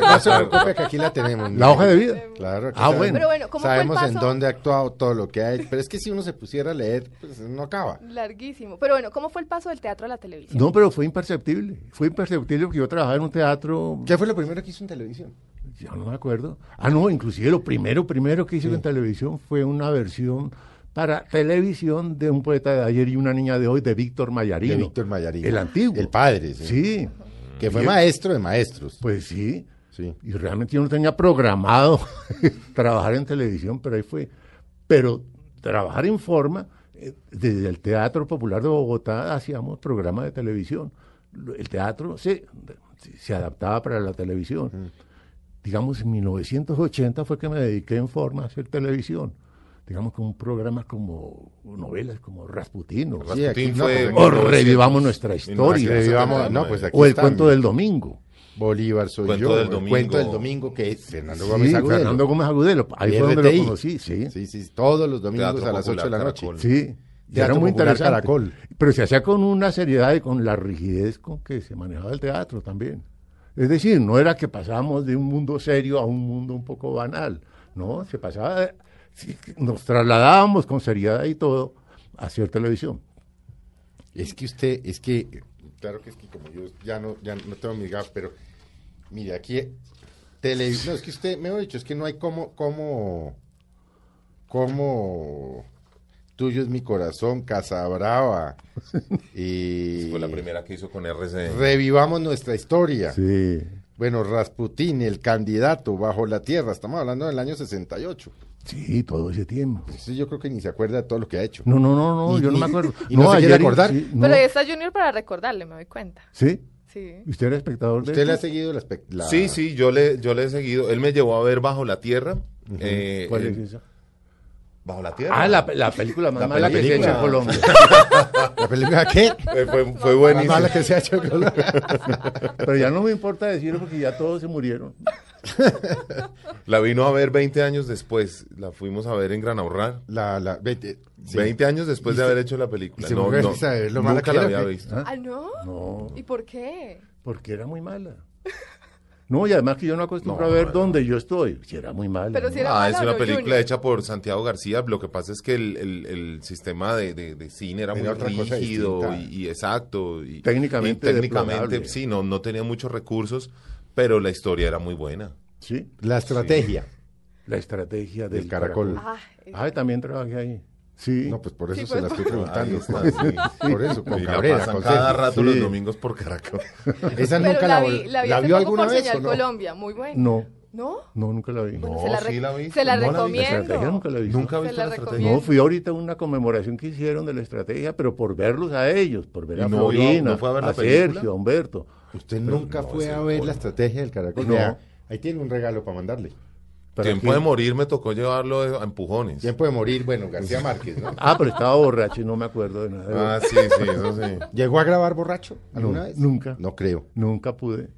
Speaker 4: No se, no se preocupe que aquí la tenemos. ¿no?
Speaker 6: La hoja de vida.
Speaker 4: Claro. aquí
Speaker 6: Ah, bueno.
Speaker 5: Pero bueno, ¿cómo fue el
Speaker 4: Sabemos en
Speaker 5: paso?
Speaker 4: dónde ha actuado todo lo que hay. Pero es que si uno se pusiera a leer, pues no acaba.
Speaker 5: Larguísimo. Pero bueno, ¿cómo fue el paso del teatro a la televisión?
Speaker 6: No, pero fue imperceptible. Fue imperceptible porque yo trabajaba en un teatro,
Speaker 4: ¿Qué fue lo primero que hizo en televisión?
Speaker 6: yo no me acuerdo. Ah, no, inclusive lo primero, primero que hice en televisión fue una versión para televisión de un poeta de ayer y una niña de hoy, de Víctor Mayarino.
Speaker 4: De Víctor Mayarino.
Speaker 6: El antiguo.
Speaker 4: El padre, sí.
Speaker 6: Sí.
Speaker 7: Mm.
Speaker 4: Que fue maestro de maestros.
Speaker 6: pues sí.
Speaker 4: Sí.
Speaker 6: Y realmente yo no tenía programado trabajar en televisión, pero ahí fue. Pero trabajar en forma, eh, desde el Teatro Popular de Bogotá hacíamos programas de televisión. Lo- El teatro se, se adaptaba para la televisión.
Speaker 4: Mm.
Speaker 6: Digamos, en 1980 fue que me dediqué en forma a hacer televisión. Digamos, con programas como novelas, como Rasputino.
Speaker 4: Sí, aquí
Speaker 7: Rasputín
Speaker 4: no, pues,
Speaker 7: fue-
Speaker 4: porque-
Speaker 6: O revivamos nuestra historia.
Speaker 4: Revivamos- no, pues aquí
Speaker 6: o el
Speaker 4: está,
Speaker 6: cuento
Speaker 4: mira.
Speaker 6: del domingo.
Speaker 4: Bolívar soy
Speaker 7: Cuento
Speaker 4: yo.
Speaker 7: del
Speaker 4: el
Speaker 7: domingo.
Speaker 4: Cuento del domingo que es Fernando
Speaker 6: Sí,
Speaker 4: Gómez Agudelo.
Speaker 6: Fernando Gómez Agudelo. Ahí fue donde
Speaker 4: RTI.
Speaker 6: lo conocí, sí.
Speaker 4: Sí, sí, todos los domingos
Speaker 7: Teatro
Speaker 4: a las 8 de la
Speaker 7: Popular,
Speaker 4: noche.
Speaker 7: Caracol.
Speaker 6: Sí, y
Speaker 4: Teatro
Speaker 6: era
Speaker 4: Popular
Speaker 6: muy interesante.
Speaker 4: Caracol.
Speaker 6: Pero se hacía con una seriedad y con la rigidez con que se manejaba el teatro también. Es decir, no era que pasamos de un mundo serio a un mundo un poco banal, ¿no? Se pasaba, de- sí, nos trasladábamos con seriedad y todo a hacer televisión.
Speaker 4: Es que usted, es que, claro que es que como yo ya no, ya no tengo mi gafas, pero mire, aquí televisión, no, es que usted, me ha dicho, es que no hay como, como, como tuyo es mi corazón, Casa Brava, y
Speaker 7: Fue la primera que hizo con RCN.
Speaker 4: revivamos nuestra historia.
Speaker 6: Sí.
Speaker 4: Bueno, Rasputín, el candidato bajo la tierra, estamos hablando del año 68.
Speaker 6: Sí, todo ese tiempo.
Speaker 4: Entonces yo creo que ni se acuerda de todo lo que ha hecho.
Speaker 6: No, no, no, no,
Speaker 4: Y-
Speaker 6: yo no
Speaker 4: y-
Speaker 6: me acuerdo.
Speaker 4: y no se quiere acordar.
Speaker 6: sí, no.
Speaker 5: Pero ahí está Junior para recordarle, me doy cuenta.
Speaker 6: Sí,
Speaker 5: Sí.
Speaker 6: usted era espectador de
Speaker 4: ¿Usted le ha
Speaker 6: eso?
Speaker 4: seguido la, espe- la-
Speaker 7: Sí, sí, yo le, yo le he seguido. Él me llevó a ver Bajo la Tierra. eh,
Speaker 6: ¿Cuál
Speaker 7: eh,
Speaker 6: es esa?
Speaker 7: Bajo la Tierra.
Speaker 6: Ah, la, la película más
Speaker 7: La
Speaker 6: mala que se ha hecho en
Speaker 7: película.
Speaker 6: Colombia.
Speaker 4: ¿La película qué?
Speaker 7: Eh, fue, fue
Speaker 4: La
Speaker 7: buenísimo.
Speaker 4: mala que se ha hecho con la-
Speaker 6: Pero ya no me importa decirlo porque ya todos se murieron.
Speaker 7: La vino a ver 20 años después. La fuimos a ver en Gran Ahorrar.
Speaker 4: La, la, 20, sí.
Speaker 7: 20 años después
Speaker 4: Y
Speaker 7: de
Speaker 4: se-
Speaker 7: haber hecho la película.
Speaker 4: y se murió de risa de lo mala
Speaker 7: nunca
Speaker 4: que
Speaker 7: la
Speaker 4: era,
Speaker 7: había
Speaker 4: ¿qué?
Speaker 7: visto.
Speaker 5: ¿Ah, no?
Speaker 6: No,
Speaker 5: ¿Y por qué?
Speaker 6: porque era muy mala. No, y además que yo no acostumbro
Speaker 7: No,
Speaker 6: a ver
Speaker 7: no.
Speaker 6: dónde yo estoy. Si era muy mala.
Speaker 5: Pero
Speaker 6: ¿no?
Speaker 5: si era-
Speaker 7: Ah,
Speaker 5: mala
Speaker 7: es
Speaker 5: o
Speaker 7: una
Speaker 5: no,
Speaker 7: película
Speaker 5: Junior?
Speaker 7: hecha por Santiago García. Lo que pasa es que el, el- el sistema de, de- de cine era muy
Speaker 4: Era otra cosa
Speaker 7: rígido
Speaker 4: distinta.
Speaker 7: y, y exacto. Y,
Speaker 6: Técnicamente
Speaker 7: y técnicamente
Speaker 6: deplorable.
Speaker 7: sí, no, no tenía muchos recursos, pero la historia era muy buena.
Speaker 6: Sí,
Speaker 4: La estrategia.
Speaker 6: la estrategia del
Speaker 4: Del caracol.
Speaker 5: Ah, es-
Speaker 6: Ah, también trabajé ahí. Sí.
Speaker 4: No, pues por eso
Speaker 5: Sí,
Speaker 4: se la
Speaker 5: pues,
Speaker 4: estoy
Speaker 7: Ahí
Speaker 4: preguntando.
Speaker 7: está,
Speaker 4: sí. Por eso, con
Speaker 7: Y la
Speaker 4: Cabrera.
Speaker 7: pasan
Speaker 4: con
Speaker 7: cada
Speaker 4: Sergio.
Speaker 7: rato los
Speaker 4: Sí.
Speaker 7: domingos por Caracol.
Speaker 4: Esa
Speaker 5: Pero
Speaker 4: nunca
Speaker 5: la
Speaker 4: la,
Speaker 5: vi, la vi, hace
Speaker 4: vio
Speaker 5: poco por
Speaker 4: alguna vez.
Speaker 5: Señal
Speaker 4: ¿o no?
Speaker 5: Colombia, muy buena.
Speaker 6: No,
Speaker 5: ¿No?
Speaker 6: no, nunca la vi.
Speaker 5: Bueno,
Speaker 7: No,
Speaker 5: se la,
Speaker 7: sí la vi.
Speaker 5: se la
Speaker 7: No la vi.
Speaker 6: La estrategia
Speaker 5: recomiendo.
Speaker 6: nunca la vi.
Speaker 7: Nunca
Speaker 5: Se
Speaker 7: viste
Speaker 5: la
Speaker 7: la estrategia.
Speaker 5: recomiendo.
Speaker 6: No, fui ahorita a una conmemoración que hicieron de la estrategia, pero por verlos a ellos, por ver
Speaker 7: ¿Y
Speaker 6: a
Speaker 7: no iba-
Speaker 6: Florina,
Speaker 7: no fue a ver la
Speaker 6: a
Speaker 7: película?
Speaker 6: Sergio, a Humberto.
Speaker 4: Usted nunca
Speaker 7: no,
Speaker 4: fue
Speaker 7: ese
Speaker 4: a
Speaker 7: no
Speaker 4: ver
Speaker 7: fue.
Speaker 4: la estrategia del caracol.
Speaker 6: No.
Speaker 4: Vea, ahí tiene un regalo para mandarle.
Speaker 6: ¿Para
Speaker 7: Tiempo
Speaker 6: qué?
Speaker 7: de morir me tocó llevarlo a empujones.
Speaker 4: Tiempo de morir, bueno, García Márquez, ¿no?
Speaker 6: Ah, pero estaba borracho y no me acuerdo de nada.
Speaker 7: Ah, sí, sí, eso sí.
Speaker 4: ¿Llegó a grabar borracho alguna
Speaker 6: No,
Speaker 4: vez?
Speaker 6: nunca.
Speaker 4: No creo.
Speaker 6: Nunca pude.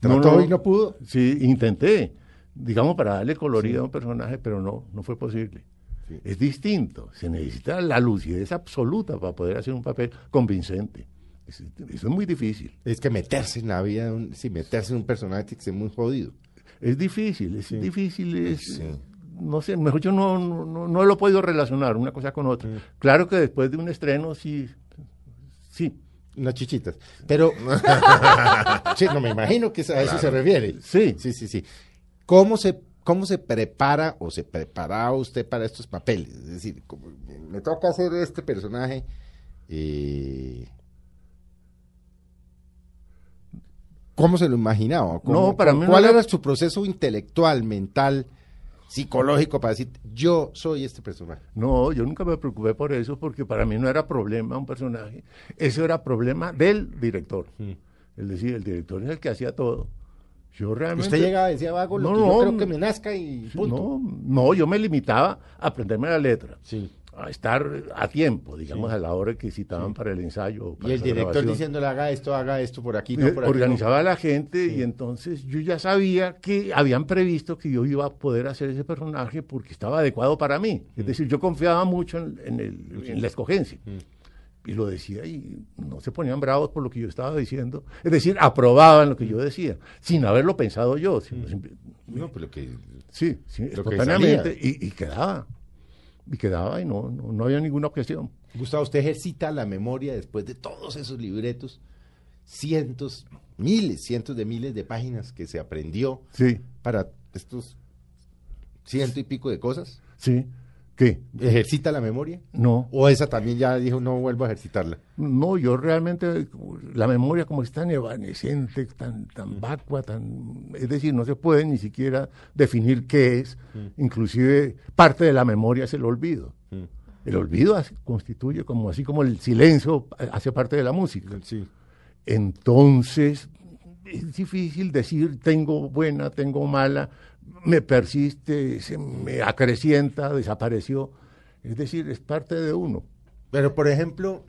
Speaker 4: Trató y no pudo.
Speaker 6: Sí, intenté, digamos, para darle colorido a un personaje, pero no, no fue posible. Es distinto. Se necesita la lucidez absoluta para poder hacer un papel convincente. Es- Eso es muy difícil.
Speaker 4: Es que meterse en la vida, de un, sí, meterse en un personaje tiene que ser muy jodido.
Speaker 6: Es difícil, es difícil, es,
Speaker 7: Sí.
Speaker 6: no sé, mejor yo no, no, no- no lo he podido relacionar una cosa con otra. Claro que después de un estreno sí, sí,
Speaker 4: Unas chichitas. Pero. sí, no me imagino que a eso se refiere.
Speaker 6: Sí.
Speaker 4: Sí, sí, sí. ¿Cómo se, ¿Cómo se prepara o se preparaba usted para estos papeles? Es decir, como, me toca hacer este personaje. eh, ¿Cómo se lo imaginaba? ¿Cómo-
Speaker 6: No, para
Speaker 4: cu-
Speaker 6: mí no
Speaker 4: ¿Cuál
Speaker 6: era-
Speaker 4: era su proceso intelectual, mental, psicológico para decir, yo soy este personaje?
Speaker 6: No, yo nunca me preocupé por eso porque para mí no era problema un personaje, eso era problema del director.
Speaker 4: Mm.
Speaker 6: Es decir, el director es el que hacía todo. Yo realmente...
Speaker 4: Usted llegaba y decía, hago lo
Speaker 6: No,
Speaker 4: que yo
Speaker 6: no,
Speaker 4: creo que
Speaker 6: no.
Speaker 4: me nazca y punto.
Speaker 6: No, no, yo me limitaba a aprenderme la letra,
Speaker 4: Sí.
Speaker 6: a estar a tiempo, digamos, a la hora que citaban para el ensayo. o para
Speaker 4: Y el
Speaker 6: la
Speaker 4: director
Speaker 6: grabación.
Speaker 4: diciéndole haga esto, haga esto por aquí,
Speaker 6: Eh,
Speaker 4: no por aquí.
Speaker 6: organizaba a la gente y entonces yo ya sabía que habían previsto que yo iba a poder hacer ese personaje porque estaba adecuado para mí. Es
Speaker 4: Mm.
Speaker 6: decir, yo confiaba mucho en, en el- en la escogencia.
Speaker 4: Mm.
Speaker 6: Y lo decía y no se ponían bravos por lo que yo estaba diciendo. Es decir, aprobaban lo que
Speaker 4: Mm.
Speaker 6: yo decía, sin haberlo pensado yo. sino simple-
Speaker 4: No, pero que
Speaker 6: sí, sí,
Speaker 4: Mm. que
Speaker 6: espontáneamente. Y, y quedaba. Y quedaba y no, no, no había ninguna objeción.
Speaker 4: Gustavo, usted ejercita la memoria después de todos esos libretos, cientos, miles, cientos de miles de páginas que se aprendió
Speaker 6: Sí,
Speaker 4: para estos ciento y pico de cosas.
Speaker 6: sí. ¿Qué?
Speaker 4: ¿Ejercita la memoria?
Speaker 6: No.
Speaker 4: O esa también ya dijo, no vuelvo a ejercitarla.
Speaker 6: No, yo realmente, como la memoria como es tan evanescente, tan, tan vacua, tan, es decir, no se puede ni siquiera definir qué es. Inclusive parte de la memoria es el olvido. El olvido hace- constituye como así como el silencio eh, hace parte de la música.
Speaker 4: Sí.
Speaker 6: Entonces, es difícil decir tengo buena, tengo mala, me persiste, se me acrecienta, desapareció. Es decir, es parte de uno.
Speaker 4: Pero, por ejemplo,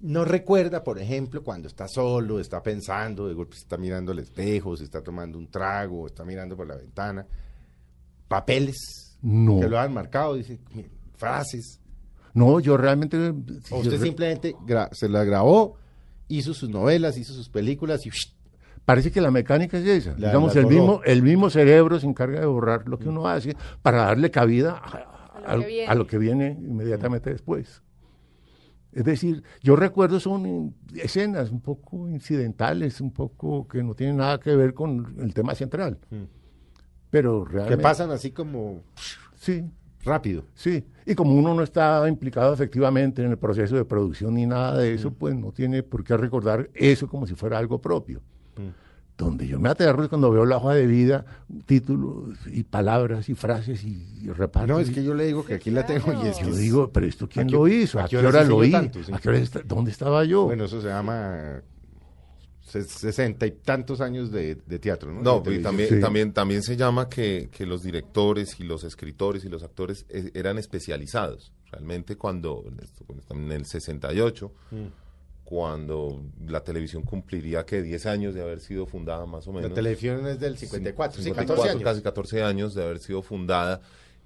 Speaker 4: no recuerda, por ejemplo, cuando está solo, está pensando, de golpe se está mirando al espejo, se está tomando un trago, está mirando por la ventana, papeles
Speaker 6: No.
Speaker 4: que lo han marcado, dice, frases.
Speaker 6: No, yo realmente. eh,
Speaker 4: O
Speaker 6: yo
Speaker 4: usted
Speaker 6: re-
Speaker 4: simplemente gra- se la grabó, hizo sus novelas, hizo sus películas y ¡ush!
Speaker 6: Parece que la mecánica es esa.
Speaker 4: La-
Speaker 6: Digamos,
Speaker 4: la
Speaker 6: el,
Speaker 4: borró.
Speaker 6: mismo, el mismo cerebro se encarga de borrar lo que uno hace para darle cabida a,
Speaker 5: A lo que viene.
Speaker 6: a lo que viene
Speaker 4: Mm.
Speaker 6: inmediatamente después. Es decir, yo recuerdo son in- escenas un poco incidentales, un poco que no tienen nada que ver con el tema central.
Speaker 4: Mm.
Speaker 6: Pero
Speaker 4: que
Speaker 6: realmente.
Speaker 4: pasan así como
Speaker 6: Sí,
Speaker 4: rápido.
Speaker 6: sí. Y como uno no está implicado efectivamente en el proceso de producción ni nada de
Speaker 4: Mm.
Speaker 6: eso, pues no tiene por qué recordar eso como si fuera algo propio.
Speaker 4: Mm.
Speaker 6: Donde yo me aterro es cuando veo la hoja de vida, títulos y palabras y frases y, y repartos.
Speaker 4: Ah, No, es
Speaker 6: y-
Speaker 4: que yo le digo que aquí la tengo y es que
Speaker 6: yo
Speaker 4: es-
Speaker 6: digo, pero esto quién
Speaker 4: ¿A qué-
Speaker 6: lo hizo, a qué hora
Speaker 4: se hizo
Speaker 6: lo oí,
Speaker 4: tanto? Sí.
Speaker 6: ¿A qué hora está- dónde estaba yo.
Speaker 4: Bueno, eso se llama ses- sesenta y tantos años de, de teatro, ¿no?
Speaker 7: No,
Speaker 4: De
Speaker 7: y
Speaker 4: televisión.
Speaker 7: también,
Speaker 6: sí.
Speaker 7: también, también se llama que, que los directores y los escritores y los actores eh, eran especializados. Realmente cuando, en esto- cuando estamos en el 68,
Speaker 4: Mm.
Speaker 7: cuando la televisión cumpliría que 10 años de haber sido fundada más o menos.
Speaker 4: La televisión es del 54, sí, 14
Speaker 7: 54,
Speaker 4: años.
Speaker 7: casi 14 años de haber sido fundada,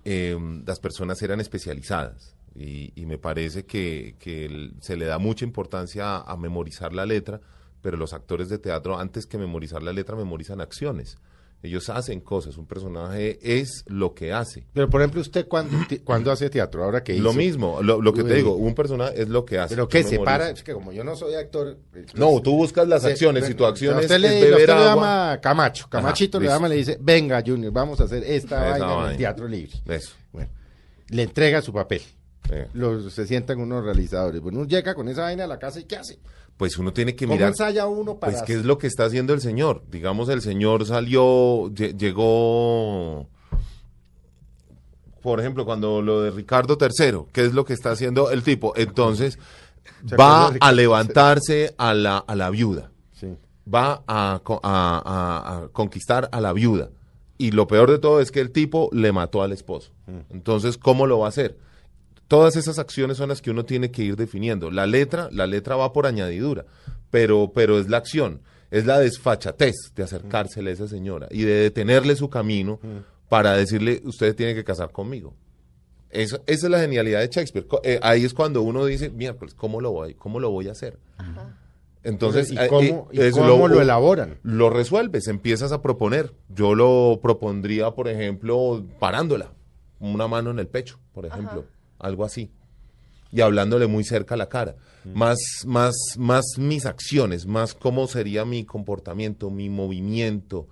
Speaker 7: eh, las personas eran especializadas. Y, y me parece que, que el- se le da mucha importancia a, a memorizar la letra, pero los actores de teatro, antes que memorizar la letra, memorizan acciones. Ellos hacen cosas, un personaje es lo que hace.
Speaker 4: Pero por ejemplo, usted cuando, cuando hace teatro, ahora que
Speaker 7: Lo
Speaker 4: hizo?
Speaker 7: mismo, lo, lo que
Speaker 4: Uy.
Speaker 7: te digo, un personaje es lo que hace.
Speaker 4: Pero que
Speaker 7: Tú
Speaker 4: se
Speaker 7: memorizas.
Speaker 4: para, es que como yo no soy actor. eh,
Speaker 7: No, tú buscas las
Speaker 4: se-
Speaker 7: acciones
Speaker 4: pero-
Speaker 7: y tu acción
Speaker 4: a
Speaker 7: es,
Speaker 4: usted le-
Speaker 7: es
Speaker 4: a
Speaker 7: beber
Speaker 4: usted le
Speaker 7: agua.
Speaker 4: llama Camacho. Camachito le
Speaker 7: listo.
Speaker 4: llama y le dice, venga Junior, vamos a hacer esta
Speaker 7: Esa
Speaker 4: vaina en el
Speaker 7: vaina.
Speaker 4: teatro libre.
Speaker 7: Eso.
Speaker 4: Bueno, le entrega su papel.
Speaker 7: Eh.
Speaker 4: los, se sientan unos realizadores. Bueno, uno llega con esa vaina a la casa y ¿qué hace?
Speaker 7: Pues uno tiene que
Speaker 4: ¿Cómo
Speaker 7: mirar.
Speaker 4: ensaya uno para
Speaker 7: Pues, ¿qué es lo que está haciendo el señor? Digamos, el señor salió, lle- llegó, por ejemplo, cuando lo de Ricardo III, ¿qué es lo que está haciendo el tipo? Entonces,
Speaker 4: acuerda
Speaker 7: va
Speaker 4: de Ricardo
Speaker 7: a
Speaker 4: III?
Speaker 7: levantarse a la, a la viuda,
Speaker 4: Sí.
Speaker 7: va a, co- a- a- a conquistar a la viuda. Y lo peor de todo es que el tipo le mató al esposo.
Speaker 4: Mm.
Speaker 7: Entonces, ¿cómo lo va a hacer? todas esas acciones son las que uno tiene que ir definiendo. La letra, la letra va por añadidura, pero, pero es la acción, es la desfachatez de acercársele a esa señora y de detenerle su camino
Speaker 4: Mm.
Speaker 7: para decirle, usted tiene que casar conmigo. Eso- esa es la genialidad de Shakespeare. Co- eh, ahí es cuando uno dice, miércoles, ¿cómo lo voy, cómo lo voy a hacer? Entonces,
Speaker 4: ¿Y
Speaker 7: eh,
Speaker 4: cómo, y
Speaker 7: eh, es
Speaker 4: cómo lo, elaboran?
Speaker 7: lo resuelves, empiezas a proponer. Yo lo propondría, por ejemplo, parándola, una mano en el pecho, por ejemplo, algo así. Y hablándole muy cerca a la cara. Más, más, más mis acciones, más cómo sería mi comportamiento, mi movimiento,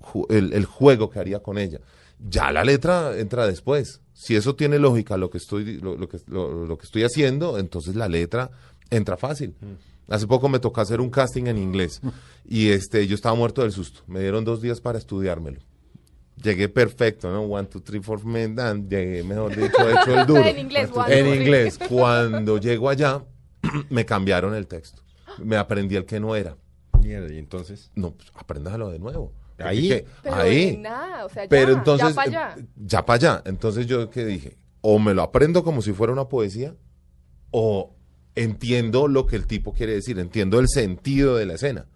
Speaker 7: ju- el, el juego que haría con ella. Ya la letra entra después. Si eso tiene lógica lo que estoy, lo, lo que, lo- lo que estoy haciendo, entonces la letra entra fácil.
Speaker 5: Mm.
Speaker 7: Hace poco me tocó hacer un casting en inglés y este, yo estaba muerto del susto. Me dieron dos días para estudiármelo. Llegué perfecto, ¿no? One, two, three, four, men, dan. Llegué, mejor dicho, hecho el duro.
Speaker 5: En inglés, one,
Speaker 7: En
Speaker 5: two, three.
Speaker 7: inglés. Cuando llego allá, me cambiaron el texto. Me aprendí el que no era.
Speaker 4: Mierda, y entonces.
Speaker 7: No, pues, apréndalo de nuevo. Porque
Speaker 4: Ahí.
Speaker 7: que-
Speaker 5: Pero
Speaker 7: ahí.
Speaker 5: de nada, o sea, ya,
Speaker 7: Pero entonces,
Speaker 5: ya para allá.
Speaker 7: eh, ya pa' allá. Entonces yo que dije, o me lo aprendo como si fuera una poesía, o entiendo lo que el tipo quiere decir, entiendo el sentido de la escena.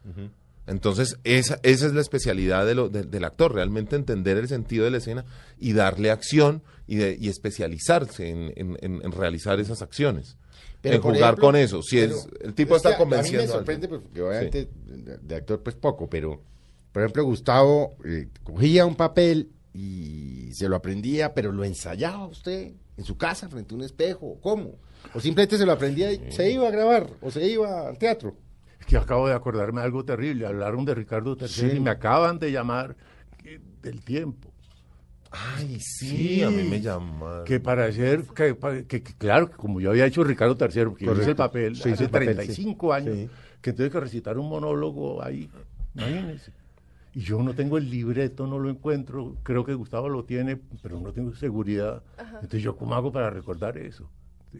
Speaker 7: Entonces, esa, esa es la especialidad de lo- de- del actor, realmente entender el sentido de la escena y darle acción y, de- y especializarse en, en- en- en realizar esas acciones. en
Speaker 4: por
Speaker 7: jugar
Speaker 4: ejemplo,
Speaker 7: con eso. Si es,
Speaker 4: pero
Speaker 7: el tipo
Speaker 4: es que
Speaker 7: está
Speaker 4: a-
Speaker 7: convenciendo.
Speaker 4: A mí me
Speaker 7: a alguien.
Speaker 4: sorprende pues, porque obviamente de- de actor pues poco, pero por ejemplo Gustavo eh, cogía un papel y se lo aprendía, pero lo ensayaba usted en su casa frente a un espejo, ¿cómo? O simplemente se lo aprendía y se iba a grabar o se iba al teatro.
Speaker 6: Es que acabo de acordarme de algo terrible. Hablaron de Ricardo III y me acaban de llamar eh, del tiempo.
Speaker 7: Ay, sí, a mí me llamaron.
Speaker 6: Que para hacer, que, pa- que- que claro, que como yo había hecho Ricardo III, porque yo hice el
Speaker 4: Correcto.
Speaker 6: papel
Speaker 4: Sí, hizo
Speaker 6: hace
Speaker 4: el papel,
Speaker 6: 35 años, que tuve que recitar un monólogo ahí, imagínense. Y yo no tengo el libreto, no lo encuentro, creo que Gustavo lo tiene, pero no tengo seguridad. Entonces, ¿yo cómo hago para recordar eso?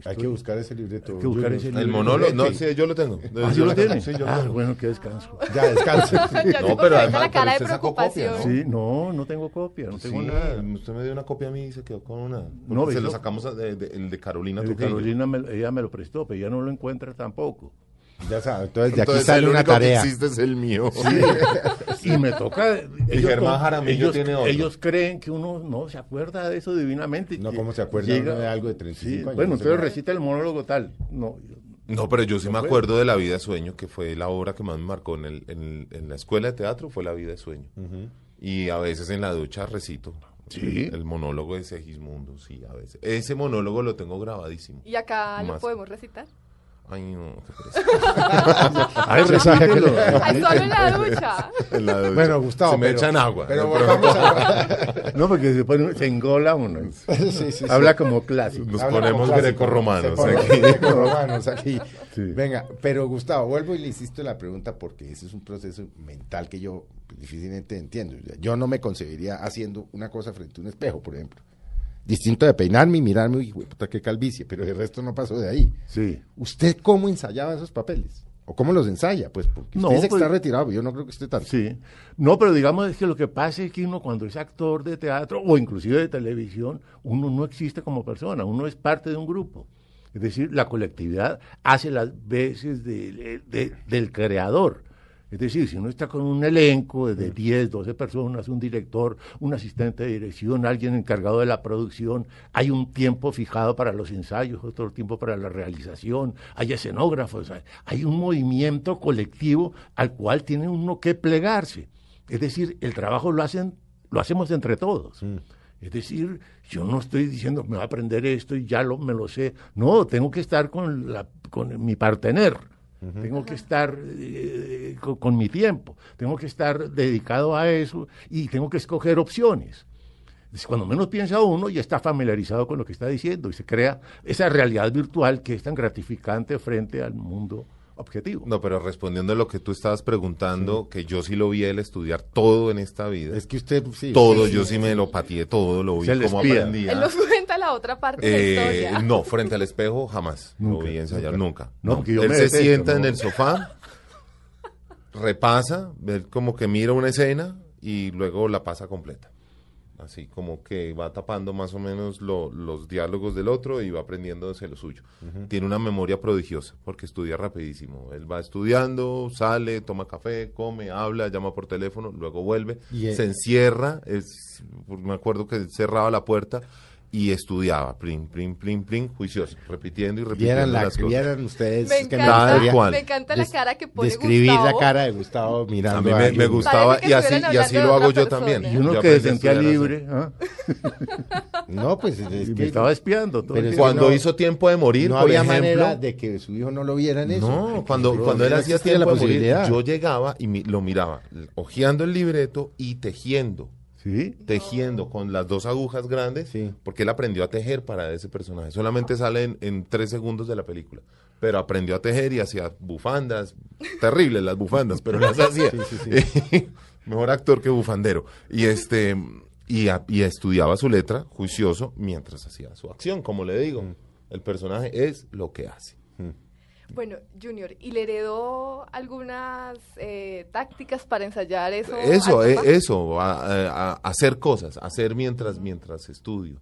Speaker 8: Hay que buscar ese libreto.
Speaker 6: Hay que buscar
Speaker 8: Junior.
Speaker 6: ese
Speaker 7: El
Speaker 6: libreto.
Speaker 7: monólogo, no, sí, yo lo tengo.
Speaker 6: Ah, ¿sí
Speaker 7: Yo
Speaker 6: lo
Speaker 7: tengo,
Speaker 6: tiene?
Speaker 7: sí, yo lo
Speaker 6: Ah,
Speaker 7: tengo.
Speaker 6: bueno, qué descanso.
Speaker 8: Ya, descanse.
Speaker 5: Ya
Speaker 7: No,
Speaker 5: se
Speaker 7: pero
Speaker 5: corta
Speaker 7: además,
Speaker 5: la cara
Speaker 7: pero
Speaker 5: de
Speaker 7: usted sacó copia,
Speaker 5: preocupación.
Speaker 6: Sí, no, no tengo copia, no tengo
Speaker 7: Sí,
Speaker 6: nada.
Speaker 7: Usted me dio una copia a mí y se quedó con una.
Speaker 6: No,
Speaker 7: se
Speaker 6: ¿ves?
Speaker 7: lo sacamos a- de, de- el de Carolina
Speaker 6: El de
Speaker 7: Trujillo.
Speaker 6: Carolina, me- ella me lo prestó, pero ella no lo encuentra tampoco.
Speaker 8: Ya sabe, entonces de aquí
Speaker 7: Entonces,
Speaker 8: sale
Speaker 7: el
Speaker 8: una
Speaker 7: único que
Speaker 8: tarea.
Speaker 7: existe es el mío.
Speaker 6: Y me toca. ellos
Speaker 7: Germán
Speaker 6: con-
Speaker 7: Jaramillo
Speaker 6: ellos-
Speaker 7: tiene otro.
Speaker 6: Ellos creen que uno no se acuerda de eso divinamente.
Speaker 8: No,
Speaker 6: Que
Speaker 8: ¿cómo se acuerda uno de algo de 35 años?
Speaker 6: Bueno,
Speaker 8: No
Speaker 6: entonces
Speaker 8: sé.
Speaker 6: recita el monólogo tal. No, yo-
Speaker 7: No, pero yo sí me
Speaker 6: fue.
Speaker 7: acuerdo de La Vida de Sueño, que fue la obra que más me marcó en, el- en- en la escuela de teatro, fue La Vida de Sueño. Y a veces en la ducha recito
Speaker 6: Sí.
Speaker 7: el monólogo de Segismundo, sí, a veces. Ese monólogo lo tengo grabadísimo.
Speaker 5: Y acá lo
Speaker 7: Más.
Speaker 5: podemos recitar.
Speaker 7: Ay, no, qué pereza.
Speaker 8: Ah,
Speaker 6: Ay,
Speaker 8: sabe que-
Speaker 6: recítelo.
Speaker 5: Ay, solo en la ducha.
Speaker 7: En la ducha.
Speaker 8: Bueno, Gustavo,
Speaker 7: Se me
Speaker 8: pero-
Speaker 7: echan agua.
Speaker 8: Pero
Speaker 7: de
Speaker 8: volvamos a...
Speaker 6: No, porque se, pone- se engola uno.
Speaker 8: Sí, sí, sí.
Speaker 6: Habla como clásico.
Speaker 7: Nos
Speaker 8: Habla como
Speaker 7: ponemos
Speaker 8: clásico.
Speaker 7: grecorromanos
Speaker 8: Se ponen
Speaker 7: aquí.
Speaker 8: Grecorromanos aquí.
Speaker 6: Sí.
Speaker 8: Venga, pero Gustavo, vuelvo y le insisto la pregunta porque ese es un proceso mental que yo difícilmente entiendo. Yo no me concebiría haciendo una cosa frente a un espejo, por ejemplo. Distinto de peinarme y mirarme, uy, hijo de puta, qué calvicie, pero el resto no pasó de ahí.
Speaker 6: Sí.
Speaker 8: ¿Usted cómo ensayaba esos papeles? ¿O cómo los ensaya? Pues porque
Speaker 6: No,
Speaker 8: usted dice que
Speaker 6: pues-
Speaker 8: está retirado, yo no creo que esté tanto.
Speaker 6: Sí. No, pero digamos es que lo que pasa es que uno cuando es actor de teatro o inclusive de televisión, uno no existe como persona, uno es parte de un grupo. Es decir, la colectividad hace las veces de- de- del creador. Es decir, si uno está con un elenco de 10, 12 personas, un director, un asistente de dirección, alguien encargado de la producción, hay un tiempo fijado para los ensayos, otro tiempo para la realización, hay escenógrafos, hay- hay un movimiento colectivo al cual tiene uno que plegarse. Es decir, el trabajo lo hacen, lo hacemos entre todos. Es decir, yo no estoy diciendo me va a aprender esto y ya lo, me lo sé. No, tengo que estar con, la, con mi partener. Tengo que estar eh, con, con mi tiempo. Tengo que estar dedicado a eso y tengo que escoger opciones. Entonces, Cuando menos piensa uno, ya está familiarizado con lo que está diciendo y se crea esa realidad virtual que es tan gratificante frente al mundo objetivo.
Speaker 7: No, pero respondiendo a lo que tú estabas preguntando, que yo sí lo vi a él estudiar todo en esta vida.
Speaker 4: Es que usted, sí.
Speaker 7: todo, yo sí me lo pateé todo, lo vi
Speaker 6: Es el
Speaker 7: cómo
Speaker 6: espía.
Speaker 7: aprendía.
Speaker 5: Él nos cuenta la otra parte de la
Speaker 7: Eh,
Speaker 5: historia.
Speaker 7: no, frente al espejo jamás. lo vi ensayar nunca.
Speaker 6: No, porque yo
Speaker 7: Él
Speaker 6: me
Speaker 7: se
Speaker 6: detesto,
Speaker 7: sienta
Speaker 6: ¿no?
Speaker 7: en el sofá, repasa, él como que mira una escena y luego la pasa completa. Así como que va tapando más o menos lo- los diálogos del otro y va aprendiéndose lo suyo. Tiene una memoria prodigiosa porque estudia rapidísimo. Él va estudiando, sale, toma café, come, habla, llama por teléfono, luego vuelve,
Speaker 4: Y, eh,
Speaker 7: se encierra. es- me acuerdo que él cerraba la puerta y estudiaba, plin, plin, plin, plin, juicioso, repitiendo y repitiendo
Speaker 4: Vieran, la,
Speaker 7: las cosas.
Speaker 4: vieran ustedes.
Speaker 5: Me
Speaker 4: es que
Speaker 5: encanta,
Speaker 7: Tal cual.
Speaker 5: me encanta la
Speaker 4: des-
Speaker 5: cara que pone
Speaker 4: describir
Speaker 5: Gustavo.
Speaker 4: la cara de Gustavo mirando
Speaker 7: A mí me,
Speaker 4: alguien.
Speaker 7: me gustaba
Speaker 5: Parece que
Speaker 7: y así,
Speaker 5: estuvieran
Speaker 7: y así
Speaker 5: hablando
Speaker 7: lo
Speaker 5: de
Speaker 7: hago
Speaker 5: otra
Speaker 7: yo también.
Speaker 5: persona.
Speaker 6: Y uno
Speaker 7: Yo
Speaker 6: que
Speaker 7: aprendí
Speaker 6: se
Speaker 7: a
Speaker 6: sentía
Speaker 7: estudiar así.
Speaker 6: libre, ¿ah?
Speaker 4: No, pues es
Speaker 6: y
Speaker 4: que
Speaker 6: me estaba espiando todo el
Speaker 4: Pero es
Speaker 6: tiempo.
Speaker 7: Cuando
Speaker 4: no-
Speaker 7: hizo tiempo de morir,
Speaker 4: no
Speaker 7: por
Speaker 4: había
Speaker 7: ejemplo,
Speaker 4: manera de que su hijo no lo viera en eso.
Speaker 7: No, cuando,
Speaker 4: Pero
Speaker 7: cuando él
Speaker 4: no
Speaker 7: hacía
Speaker 4: existía
Speaker 7: tiempo
Speaker 4: la
Speaker 7: de morir,
Speaker 4: posibilidad.
Speaker 7: yo llegaba y mi- lo miraba, l- hojeando el libreto y tejiendo,
Speaker 6: Sí,
Speaker 7: tejiendo con las dos agujas grandes,
Speaker 4: Sí.
Speaker 7: porque él aprendió a tejer para ese personaje. Solamente sale en, en tres segundos de la película, pero aprendió a tejer y hacía bufandas, terribles las bufandas, pero las hacía. Mejor actor que bufandero. Y este... Y, a- y estudiaba su letra, juicioso, mientras hacía su acción. Como le digo,
Speaker 4: Mm.
Speaker 7: el personaje es lo que hace.
Speaker 5: Bueno, Junior, ¿y le heredó algunas eh, tácticas para ensayar eso?
Speaker 7: Eso,
Speaker 5: al
Speaker 7: eh,
Speaker 5: papá?
Speaker 7: eso, a, a- a hacer cosas, hacer mientras, mientras estudio.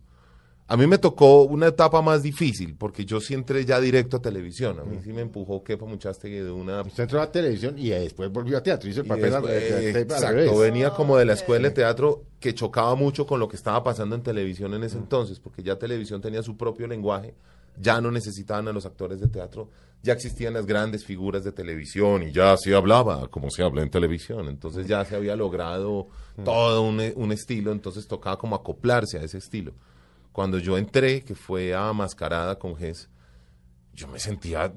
Speaker 7: A mí me tocó una etapa más difícil, porque yo sí entré ya directo a televisión. A mí sí me empujó Kepa Muchastegui de una...
Speaker 4: Usted entró a televisión y después volvió a teatro. Hizo el
Speaker 7: y
Speaker 4: papel al-
Speaker 7: después-
Speaker 4: al- al- al
Speaker 7: exacto,
Speaker 4: revés.
Speaker 7: venía como de la escuela de teatro que chocaba mucho con lo que estaba pasando en televisión en ese entonces, porque ya televisión tenía su propio lenguaje, ya no necesitaban a los actores de teatro, ya existían las grandes figuras de televisión y ya se hablaba como se habla en televisión, entonces ya se había logrado
Speaker 4: Mm.
Speaker 7: todo un, un estilo, entonces tocaba como acoplarse a ese estilo. Cuando yo entré, que fue a Mascarada con Gess, yo me sentía,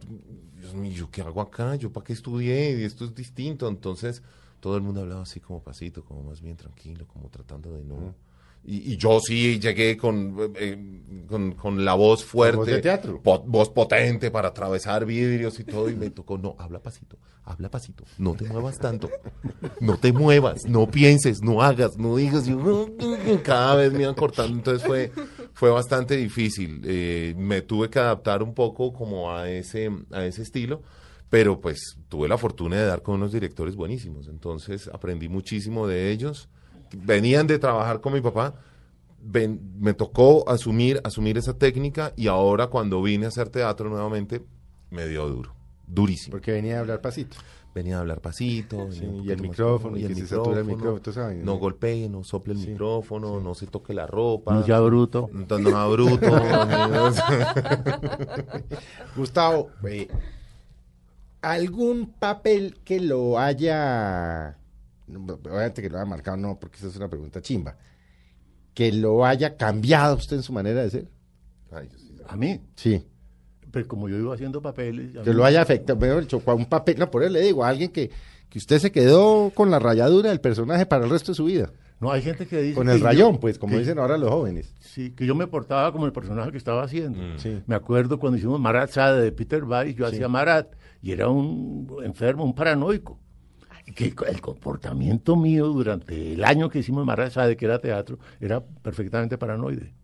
Speaker 7: Dios mío, ¿yo qué hago acá? ¿Yo para qué estudié? Y Esto es distinto. Entonces, todo el mundo hablaba así como pasito, como más bien tranquilo, como tratando de no. Y, y yo sí llegué con, eh, con, con la voz fuerte.
Speaker 4: voz de teatro.
Speaker 7: po- voz potente para atravesar vidrios y todo. Y me tocó, no, habla pasito, habla pasito. No te muevas tanto. No te muevas, no pienses, no hagas, no digas. Yo, cada vez me iban cortando. Entonces fue, fue bastante difícil. Eh, me tuve que adaptar un poco como a ese, a ese estilo. Pero pues tuve la fortuna de dar con unos directores buenísimos. Entonces aprendí muchísimo de ellos. Venían de trabajar con mi papá ven- me tocó asumir, asumir esa técnica y ahora cuando vine a hacer teatro nuevamente, me dio duro, durísimo.
Speaker 4: Porque venía a hablar pasito.
Speaker 7: Venía a hablar pasito, venía
Speaker 4: Sí, y
Speaker 7: un poquito
Speaker 4: el
Speaker 7: más
Speaker 4: micrófono,
Speaker 7: cómodo,
Speaker 4: y que se satura el micrófono, tú sabes,
Speaker 7: no
Speaker 4: ¿no?
Speaker 7: golpee, no sople el micrófono, no se toque la ropa,
Speaker 6: no ya bruto.
Speaker 7: entonces no sea bruto.
Speaker 4: Gustavo, eh, ¿algún papel que lo haya, no, obviamente que lo haya marcado, no, porque esa es una pregunta chimba, que lo haya cambiado usted en su manera de ser?
Speaker 7: Ay, yo sí.
Speaker 6: A mí,
Speaker 4: Sí.
Speaker 6: pero como yo iba haciendo papeles... a
Speaker 4: Que
Speaker 6: mí-
Speaker 4: lo haya afectado, bueno, el Chocó, un papel, no, por eso le digo, a alguien que, que usted se quedó con la rayadura del personaje para el resto de su vida.
Speaker 6: No, hay gente que dice...
Speaker 4: Con
Speaker 6: que
Speaker 4: el
Speaker 6: yo-
Speaker 4: rayón, pues, como
Speaker 6: que-
Speaker 4: dicen ahora los jóvenes.
Speaker 6: Sí, que yo me portaba como el personaje que estaba haciendo.
Speaker 7: Mm.
Speaker 4: Sí.
Speaker 6: Me acuerdo cuando hicimos Marat Sade de Peter Weiss, yo hacía Marat y era un enfermo, un paranoico. Y Que el comportamiento mío durante el año que hicimos Marat Sade, que era teatro, era perfectamente paranoide.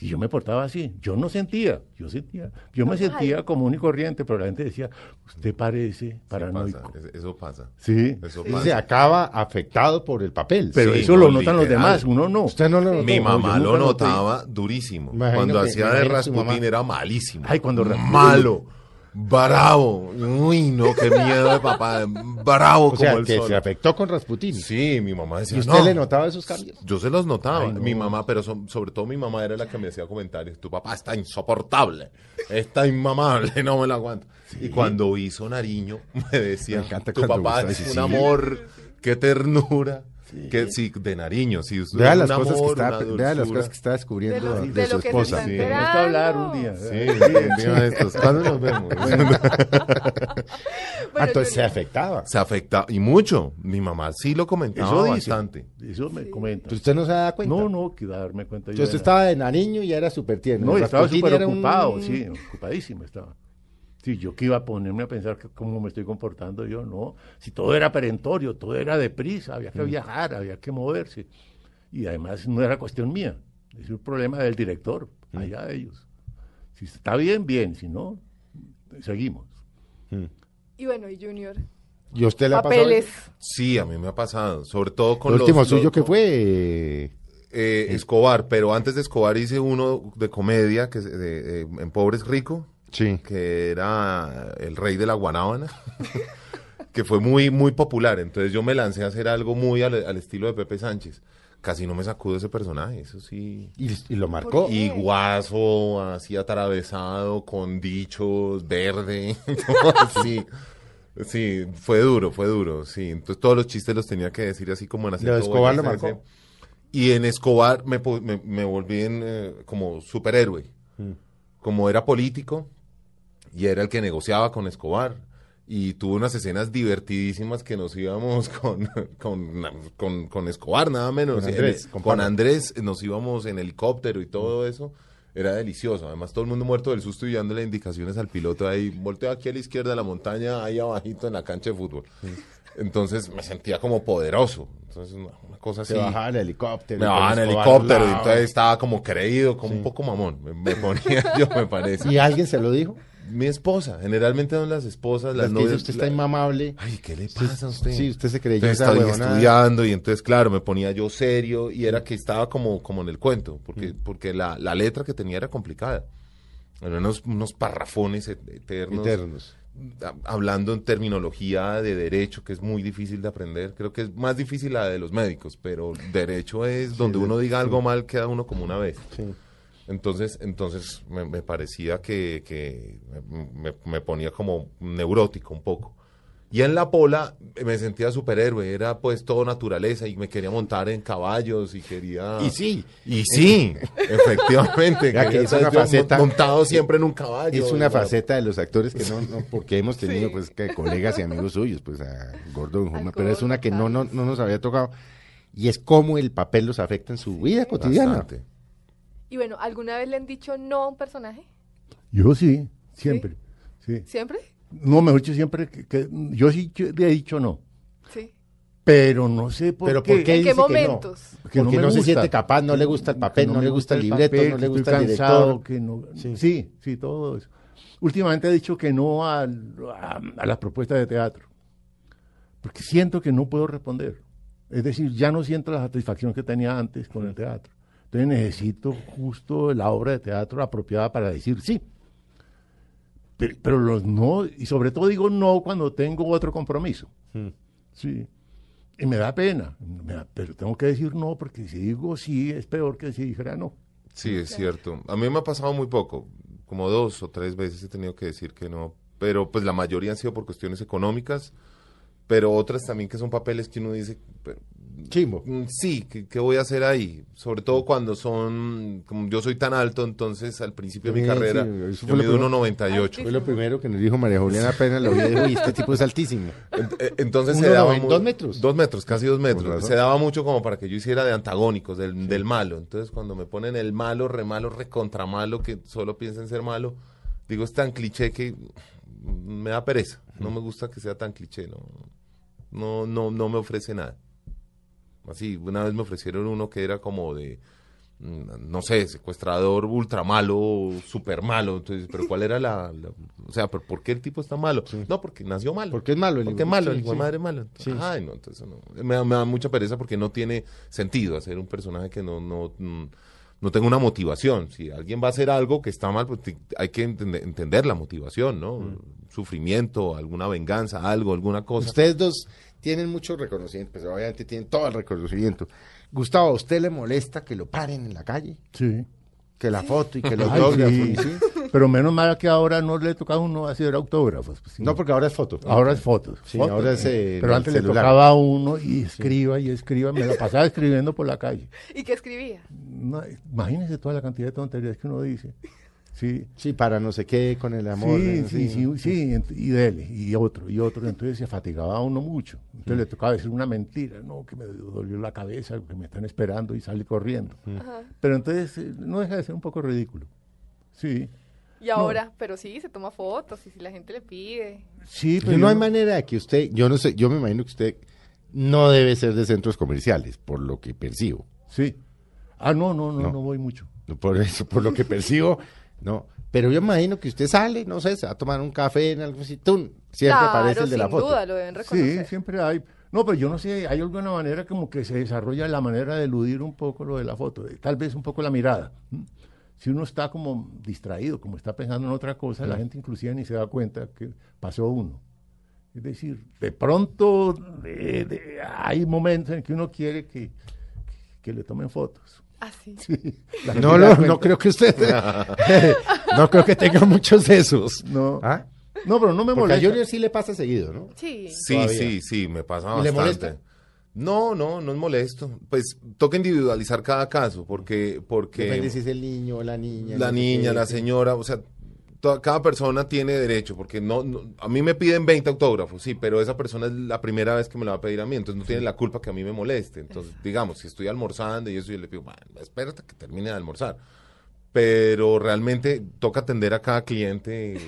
Speaker 6: Y yo me portaba así. Yo no sentía, yo sentía, yo me
Speaker 5: Normal.
Speaker 6: sentía común y corriente, pero la gente decía, usted parece paranoico.
Speaker 7: Pasa, es- eso pasa.
Speaker 6: Sí,
Speaker 7: Eso
Speaker 4: Él
Speaker 7: pasa.
Speaker 4: se acaba afectado por el papel.
Speaker 6: pero
Speaker 7: Sí,
Speaker 6: eso
Speaker 7: no,
Speaker 6: lo notan los
Speaker 7: literal.
Speaker 6: demás, uno no.
Speaker 4: usted no lo notó,
Speaker 7: Mi
Speaker 4: ¿no? Yo nunca
Speaker 7: mamá lo
Speaker 4: noté.
Speaker 7: notaba durísimo.
Speaker 4: Imagino
Speaker 7: cuando
Speaker 4: que-
Speaker 7: hacía
Speaker 4: me
Speaker 7: de
Speaker 4: imagino su mamá.
Speaker 7: Rasputin era malísimo.
Speaker 6: Ay, cuando Rasputin-
Speaker 7: Malo. Bravo. Uy, no, qué miedo de papá. Bravo
Speaker 4: O
Speaker 7: como
Speaker 4: sea,
Speaker 7: el
Speaker 4: que
Speaker 7: sol.
Speaker 4: se afectó con Rasputín.
Speaker 7: Sí, mi mamá decía.
Speaker 4: ¿Y usted
Speaker 7: "No".
Speaker 4: le notaba esos cambios?
Speaker 7: Yo se los notaba. Mi mamá, pero so- sobre todo mi mamá era la que me hacía comentarios. Tu papá está insoportable. Está inmamable. No me lo aguanto. Y cuando hizo Nariño, me decía,
Speaker 4: Me encanta
Speaker 7: tu
Speaker 4: cuando
Speaker 7: papá
Speaker 4: vos
Speaker 7: es un
Speaker 4: sabes, sí.
Speaker 7: amor. Qué ternura. Que, sí, de Nariño. Sí, usted
Speaker 4: Vea
Speaker 7: es
Speaker 4: las,
Speaker 7: un
Speaker 4: cosas que
Speaker 7: amor,
Speaker 4: está,
Speaker 7: una
Speaker 4: vea las
Speaker 7: dulzura.
Speaker 4: cosas que está
Speaker 5: De
Speaker 4: descubriendo
Speaker 5: lo,
Speaker 4: de,
Speaker 5: de
Speaker 4: su
Speaker 5: lo que se
Speaker 4: esposa.
Speaker 5: está
Speaker 7: sí.
Speaker 6: Tenemos
Speaker 5: enterando.
Speaker 6: que hablar un día.
Speaker 7: Sí, un día de estos. ¿Cuándo nos vemos?
Speaker 5: Bueno,
Speaker 4: Ah, entonces se
Speaker 5: Junior,
Speaker 4: afectaba.
Speaker 7: Se afecta, y mucho. Mi mamá sí lo
Speaker 6: Eso
Speaker 7: comentaba
Speaker 6: dice.
Speaker 7: bastante.
Speaker 6: Eso me comenta.
Speaker 4: Pero usted no se da cuenta.
Speaker 6: No, no, que darme cuenta. yo
Speaker 4: Yo usted
Speaker 6: era-
Speaker 4: estaba de nariño y era súper tierno.
Speaker 6: No,
Speaker 4: El
Speaker 6: yo estaba
Speaker 4: Rasputín
Speaker 6: súper
Speaker 4: era un-
Speaker 6: ocupado, sí, ocupadísimo estaba. Sí, yo que iba a ponerme a pensar que cómo me estoy comportando yo, no. Si todo era perentorio, todo era deprisa, había que viajar, había que moverse. Y además no era cuestión mía, es un problema del director, allá de ellos. Si está bien, bien, si no, seguimos.
Speaker 5: Y bueno, y Junior.
Speaker 4: ¿Y a usted le ha pasado?
Speaker 5: Papeles.
Speaker 7: Sí, a mí me ha pasado, sobre todo
Speaker 4: Lo
Speaker 7: con los-
Speaker 4: último
Speaker 7: los-
Speaker 4: suyo que
Speaker 7: con-
Speaker 4: fue.
Speaker 7: eh, Escobar, pero antes de Escobar hice uno de comedia que es, de- de- en Pobres Rico,
Speaker 4: Sí.
Speaker 7: que era el rey de la guanábana, que fue muy, muy popular. Entonces yo me lancé a hacer algo muy al, al estilo de Pepe Sánchez. Casi no me sacudo ese personaje, eso sí.
Speaker 4: Y, y lo marcó.
Speaker 7: Y guaso, así atravesado, con dichos, verde. sí, sí, fue duro, fue duro, sí. Entonces todos los chistes los tenía que decir así como en acento
Speaker 4: Lo de Escobar lo
Speaker 7: boyacense.
Speaker 4: marcó.
Speaker 7: Y en Escobar me, pu- me, me volví en, eh, como superhéroe.
Speaker 4: Mm.
Speaker 7: Como era político y era el que negociaba con Escobar. Y tuvo unas escenas divertidísimas que nos íbamos con, con, con, con Escobar, nada menos.
Speaker 4: Con
Speaker 7: En-
Speaker 4: Andrés, con
Speaker 7: con
Speaker 4: Pablo.
Speaker 7: Andrés nos íbamos en helicóptero y todo eso. Era delicioso. Además, todo el mundo muerto del susto y dándole indicaciones al piloto ahí. Volteo aquí a la izquierda de la montaña, ahí abajito en la cancha de fútbol. Entonces me sentía como poderoso. Entonces, una, una cosa así.
Speaker 4: Se bajaba el helicóptero.
Speaker 7: Me
Speaker 4: y con
Speaker 7: bajaban en
Speaker 4: Escobar
Speaker 7: helicóptero
Speaker 4: al
Speaker 7: y
Speaker 4: lado.
Speaker 7: entonces estaba como creído, como un poco mamón. Me, me ponía yo, me parece.
Speaker 4: ¿Y alguien se lo dijo?
Speaker 7: Mi esposa, generalmente son las esposas, las
Speaker 4: Las que dice,
Speaker 7: novias.
Speaker 4: usted está
Speaker 7: la-
Speaker 4: inmamable.
Speaker 7: Ay, ¿qué le pasa a usted?
Speaker 4: Sí, usted se creyó
Speaker 7: Entonces
Speaker 4: esa
Speaker 7: estaba
Speaker 4: huevonada.
Speaker 7: estudiando y entonces, claro, me ponía yo serio y era que estaba como, como en el cuento,
Speaker 4: Mm.
Speaker 7: porque, porque la, la letra que tenía era complicada. Eran unos, unos parrafones et- eternos,
Speaker 4: Eternos.
Speaker 7: ha- hablando en terminología de derecho, que es muy difícil de aprender. Creo que es más difícil la de los médicos, pero derecho es donde uno diga algo mal, queda uno como una vez. Entonces, entonces me, me parecía que, que me, me ponía como neurótico un poco. Y en la pola eh, me sentía superhéroe, era pues todo naturaleza y me quería montar en caballos y quería...
Speaker 4: Y sí.
Speaker 7: Ah. Y sí, efectivamente.
Speaker 4: Ya que
Speaker 7: quería
Speaker 4: es una
Speaker 7: estar yo mon-
Speaker 4: faceta-
Speaker 7: montado siempre en un caballo.
Speaker 4: Es una
Speaker 7: Bueno,
Speaker 4: faceta de los actores que no, no porque hemos tenido pues que colegas y amigos suyos, pues a Gordon, Hoffman, pero es una que no, no, no nos había tocado. Y es cómo el papel los afecta en su vida cotidiana.
Speaker 7: bastante.
Speaker 5: Y bueno, ¿alguna vez le han dicho no a un personaje?
Speaker 6: Yo sí, siempre. Sí.
Speaker 5: ¿Siempre?
Speaker 6: No, mejor dicho, siempre que, que- yo sí que le he dicho no,
Speaker 5: Sí.
Speaker 6: pero no sé por
Speaker 4: Pero
Speaker 6: qué.
Speaker 4: ¿por qué
Speaker 5: ¿En qué
Speaker 4: dice que no?
Speaker 5: momentos?
Speaker 6: Que
Speaker 4: porque
Speaker 6: me
Speaker 4: no, se
Speaker 6: gusta.
Speaker 4: siente capaz, no le gusta el papel, no,
Speaker 6: me
Speaker 4: le gusta el libreto,
Speaker 6: papel,
Speaker 4: no
Speaker 6: que
Speaker 4: le
Speaker 6: estoy
Speaker 4: gusta el
Speaker 6: cansado,
Speaker 4: director.
Speaker 6: que no-
Speaker 4: Sí.
Speaker 6: sí. sí, todo eso. Últimamente he dicho que no al- a, a las propuestas de teatro, porque siento que no puedo responder. Es decir, ya no siento la satisfacción que tenía antes con el teatro. Entonces necesito justo la obra de teatro apropiada para decir sí. Pero, pero los no, y sobre todo digo no cuando tengo otro compromiso. Sí. Y me da pena, me da- pero tengo que decir no, porque si digo sí es peor que si dijera no.
Speaker 7: Sí, es cierto. A mí me ha pasado muy poco, como dos o tres veces he tenido que decir que no, pero pues la mayoría han sido por cuestiones económicas, pero otras también que son papeles que uno dice, pero,
Speaker 4: Chimbo.
Speaker 7: mm, sí, ¿qué, qué voy a hacer ahí? Sobre todo cuando son, como yo soy tan alto, entonces al principio de mi
Speaker 4: Sí,
Speaker 7: carrera,
Speaker 4: sí, eso
Speaker 7: yo
Speaker 4: fue lo
Speaker 7: mido
Speaker 4: primero.
Speaker 7: 1,98.
Speaker 4: Fue lo primero que nos dijo María Juliana apenas lo vi, dijo, "Uy, este tipo es altísimo.
Speaker 7: Ent- eh, Entonces
Speaker 4: Uno
Speaker 7: se daba
Speaker 4: noven-
Speaker 7: mu-
Speaker 4: dos metros.
Speaker 7: Dos metros, casi dos
Speaker 4: Con razón.
Speaker 7: metros. Se daba mucho como para que yo hiciera de antagónicos, del, del malo. Entonces cuando me ponen el malo, re malo, re contra malo, que solo piensa en ser malo, digo, es tan cliché que me da pereza. No me gusta que sea tan cliché, no, no, no, no me ofrece nada. Así, una vez me ofrecieron uno que era como de, mm, no sé, secuestrador ultra malo, super malo. Entonces, pero ¿cuál era la, la- o sea, ¿pero ¿por qué el tipo está malo? No, porque nació malo.
Speaker 4: Porque es malo el hijo-
Speaker 7: Porque es malo, el
Speaker 4: sí,
Speaker 7: hijo de
Speaker 4: sí.
Speaker 7: madre es malo.
Speaker 4: Sí, sí.
Speaker 7: Ay, no, entonces no. Me, da- me da mucha pereza porque no tiene sentido hacer un personaje que no, no, mm, no tenga una motivación. Si alguien va a hacer algo que está mal, pues ti- hay que entende- entender la motivación, ¿no?
Speaker 4: Mm.
Speaker 7: Sufrimiento, alguna venganza, algo, alguna cosa.
Speaker 4: Ustedes dos tienen mucho reconocimiento, pues obviamente tienen todo el reconocimiento. Gustavo, ¿a usted le molesta que lo paren en la calle?
Speaker 6: Sí.
Speaker 4: Que la foto y que los
Speaker 6: Ay,
Speaker 4: autógrafos.
Speaker 6: sí.
Speaker 4: y sí.
Speaker 6: Pero menos mal que ahora no le toca a uno hacer autógrafos. pues, sino-
Speaker 4: No, porque ahora es foto.
Speaker 6: ahora es fotos.
Speaker 4: Sí,
Speaker 6: fotos,
Speaker 4: ahora es,
Speaker 6: ¿no?
Speaker 4: eh,
Speaker 6: Pero
Speaker 4: el
Speaker 6: antes le
Speaker 4: celular.
Speaker 6: tocaba a uno y escriba y escriba. Me la pasaba escribiendo por la calle.
Speaker 5: ¿Y qué escribía?
Speaker 6: No, imagínense toda la cantidad de tonterías que uno dice. Sí.
Speaker 4: Sí, para no sé qué, con el amor.
Speaker 6: Sí,
Speaker 4: ¿no?
Speaker 6: sí, sí, sí, ent- y dele, y otro, y otro. Entonces se fatigaba uno mucho. Entonces le tocaba decir una mentira, no, que me dolió la cabeza, que me están esperando y sale corriendo. Pero entonces eh, no deja de ser un poco ridículo. Sí,
Speaker 5: Y ahora, pero sí, se toma fotos y si la gente le pide.
Speaker 6: sí,
Speaker 4: Pero no hay manera de que usted, yo no sé, yo me imagino que usted no debe ser de centros comerciales, por lo que percibo.
Speaker 6: Sí. Ah, no, no, no,
Speaker 4: No.
Speaker 6: no voy mucho.
Speaker 4: No, Por eso, por lo que percibo, no. Pero yo imagino que usted sale, no sé, se va a tomar un café en algo así, ¡tum! Siempre
Speaker 5: claro,
Speaker 4: aparece el de la
Speaker 5: sin
Speaker 4: foto.
Speaker 5: duda, lo deben
Speaker 6: Sí,
Speaker 5: reconocer.
Speaker 6: siempre hay. No, pero yo no sé, hay alguna manera como que se desarrolla la manera de eludir un poco lo de la foto, eh, tal vez un poco la mirada. ¿m? Si uno está como distraído, como está pensando en otra cosa, la gente inclusive ni se da cuenta que pasó uno. Es decir, de pronto eh, de- hay momentos en que uno quiere que, que le tomen fotos.
Speaker 5: Así.
Speaker 6: La gente
Speaker 4: No,
Speaker 6: se da
Speaker 4: lo-
Speaker 6: cuenta.
Speaker 4: no creo que usted, no creo que tenga muchos de esos.
Speaker 6: No,
Speaker 4: ¿Ah?
Speaker 6: no, pero no me
Speaker 4: Porque a
Speaker 6: molesta.
Speaker 4: Junior sí le pasa seguido, ¿no?
Speaker 5: Sí.
Speaker 7: Sí,
Speaker 4: todavía.
Speaker 7: sí, sí, me
Speaker 4: ¿Y
Speaker 7: pasa bastante.
Speaker 4: le molesta?
Speaker 7: No, no, no es molesto. Pues toca individualizar cada caso, porque,
Speaker 4: Depende
Speaker 7: porque
Speaker 4: si es el niño o la niña. no
Speaker 7: la
Speaker 4: sé
Speaker 7: niña,
Speaker 4: qué.
Speaker 7: la señora, o sea, toda- cada persona tiene derecho, porque no, no- a mí me piden 20 autógrafos, sí, pero esa persona es la primera vez que me la va a pedir a mí, entonces no tiene la culpa que a mí me moleste. Entonces, digamos, si estoy almorzando y eso, yo le pido, "Man, espérate que termine de almorzar. Pero realmente toca atender a cada cliente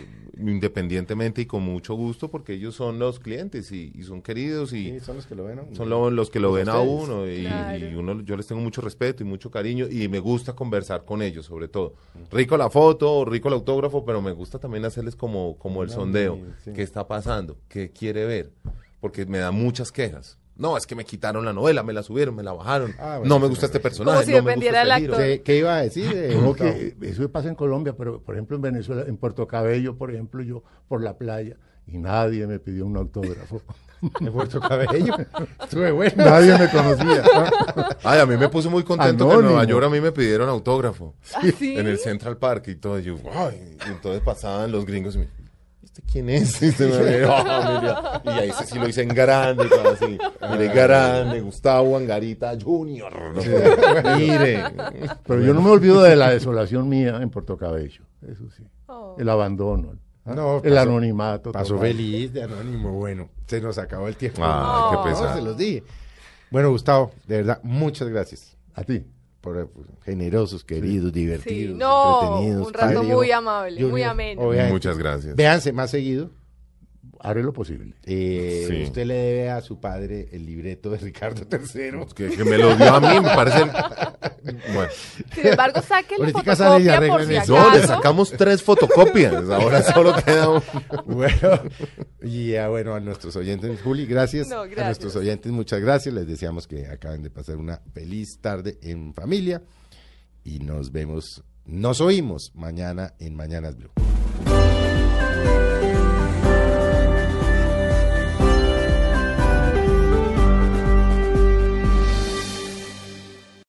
Speaker 7: independientemente y con mucho gusto, porque ellos son los clientes y, y son queridos y,
Speaker 4: Sí, son los que lo ven. ¿no?
Speaker 7: son lo- los que lo
Speaker 4: Los
Speaker 7: ven a
Speaker 4: ustedes.
Speaker 7: uno y,
Speaker 5: Claro.
Speaker 7: y uno yo les tengo mucho respeto y mucho cariño y me gusta conversar con ellos sobre todo rico la foto rico el autógrafo pero me gusta también hacerles como como el sondeo
Speaker 4: sí.
Speaker 7: qué está pasando qué quiere ver porque me dan muchas quejas no es que me quitaron la novela me la subieron me la bajaron
Speaker 4: Ah, bueno,
Speaker 7: no me
Speaker 4: sí,
Speaker 7: gusta este personaje
Speaker 5: Como si
Speaker 7: no me gusta
Speaker 5: dependiera
Speaker 7: este
Speaker 5: del
Speaker 7: giro.
Speaker 5: actor.
Speaker 4: ¿Qué, qué iba a decir? eh,
Speaker 6: Creo
Speaker 4: Gustavo?
Speaker 6: que eso pasa en Colombia, pero por ejemplo en Venezuela, en Puerto Cabello, por ejemplo, yo por la playa y nadie me pidió un autógrafo.
Speaker 4: En Puerto Cabello. Estuve bueno.
Speaker 6: nadie me conocía.
Speaker 7: ay a mí me puso muy contento que en Nueva
Speaker 6: Anónimo.
Speaker 7: York a mí me pidieron autógrafo
Speaker 5: Así.
Speaker 7: en el Central Park y todo. Y yo, "Ay", y entonces pasaban los gringos y me, ¿este quién es? Y, se me veía, "Ah, mira". Y ahí sí, sí lo hice en grande, todo así. Mire, grande, Gustavo Angarita Junior. ¿no? Mire.
Speaker 6: Pero yo no me olvido de la desolación mía en Puerto Cabello, eso sí.
Speaker 5: Oh.
Speaker 6: El abandono, ¿ah?
Speaker 4: No,
Speaker 6: el
Speaker 4: pasó-
Speaker 6: anonimato.
Speaker 4: Pasó
Speaker 6: total.
Speaker 4: feliz de anónimo. Bueno, se nos acabó el tiempo.
Speaker 7: Ay, Ah, qué
Speaker 4: No,
Speaker 7: pesar.
Speaker 4: se los dije. Bueno, Gustavo, de verdad, muchas gracias
Speaker 6: A ti.
Speaker 4: por eh, por generosos, queridos, divertidos,
Speaker 5: Sí, no,
Speaker 4: entretenidos.
Speaker 5: un rato
Speaker 4: Fabio,
Speaker 5: muy amable, muy ameno.
Speaker 4: obviamente.
Speaker 7: Muchas gracias.
Speaker 4: Véanse más seguido.
Speaker 6: Haré lo posible.
Speaker 4: Eh,
Speaker 7: Sí.
Speaker 4: Usted le debe a su padre el libreto de Ricardo III.
Speaker 7: Que, que me lo dio a mí, me parece. Bueno,
Speaker 5: Sin embargo, saquen la
Speaker 4: Ahorita sale y
Speaker 5: fotocopia por
Speaker 4: arreglan
Speaker 5: si
Speaker 4: eso.
Speaker 5: acaso.
Speaker 7: no, le sacamos tres fotocopias. Ahora solo queda un.
Speaker 4: Bueno, y ah, bueno, a nuestros oyentes, Juli, gracias.
Speaker 5: No,
Speaker 4: A
Speaker 5: gracias.
Speaker 4: nuestros oyentes, muchas gracias. Les deseamos que acaben de pasar una feliz tarde en familia. Y nos vemos, nos oímos mañana en Mañanas Blue.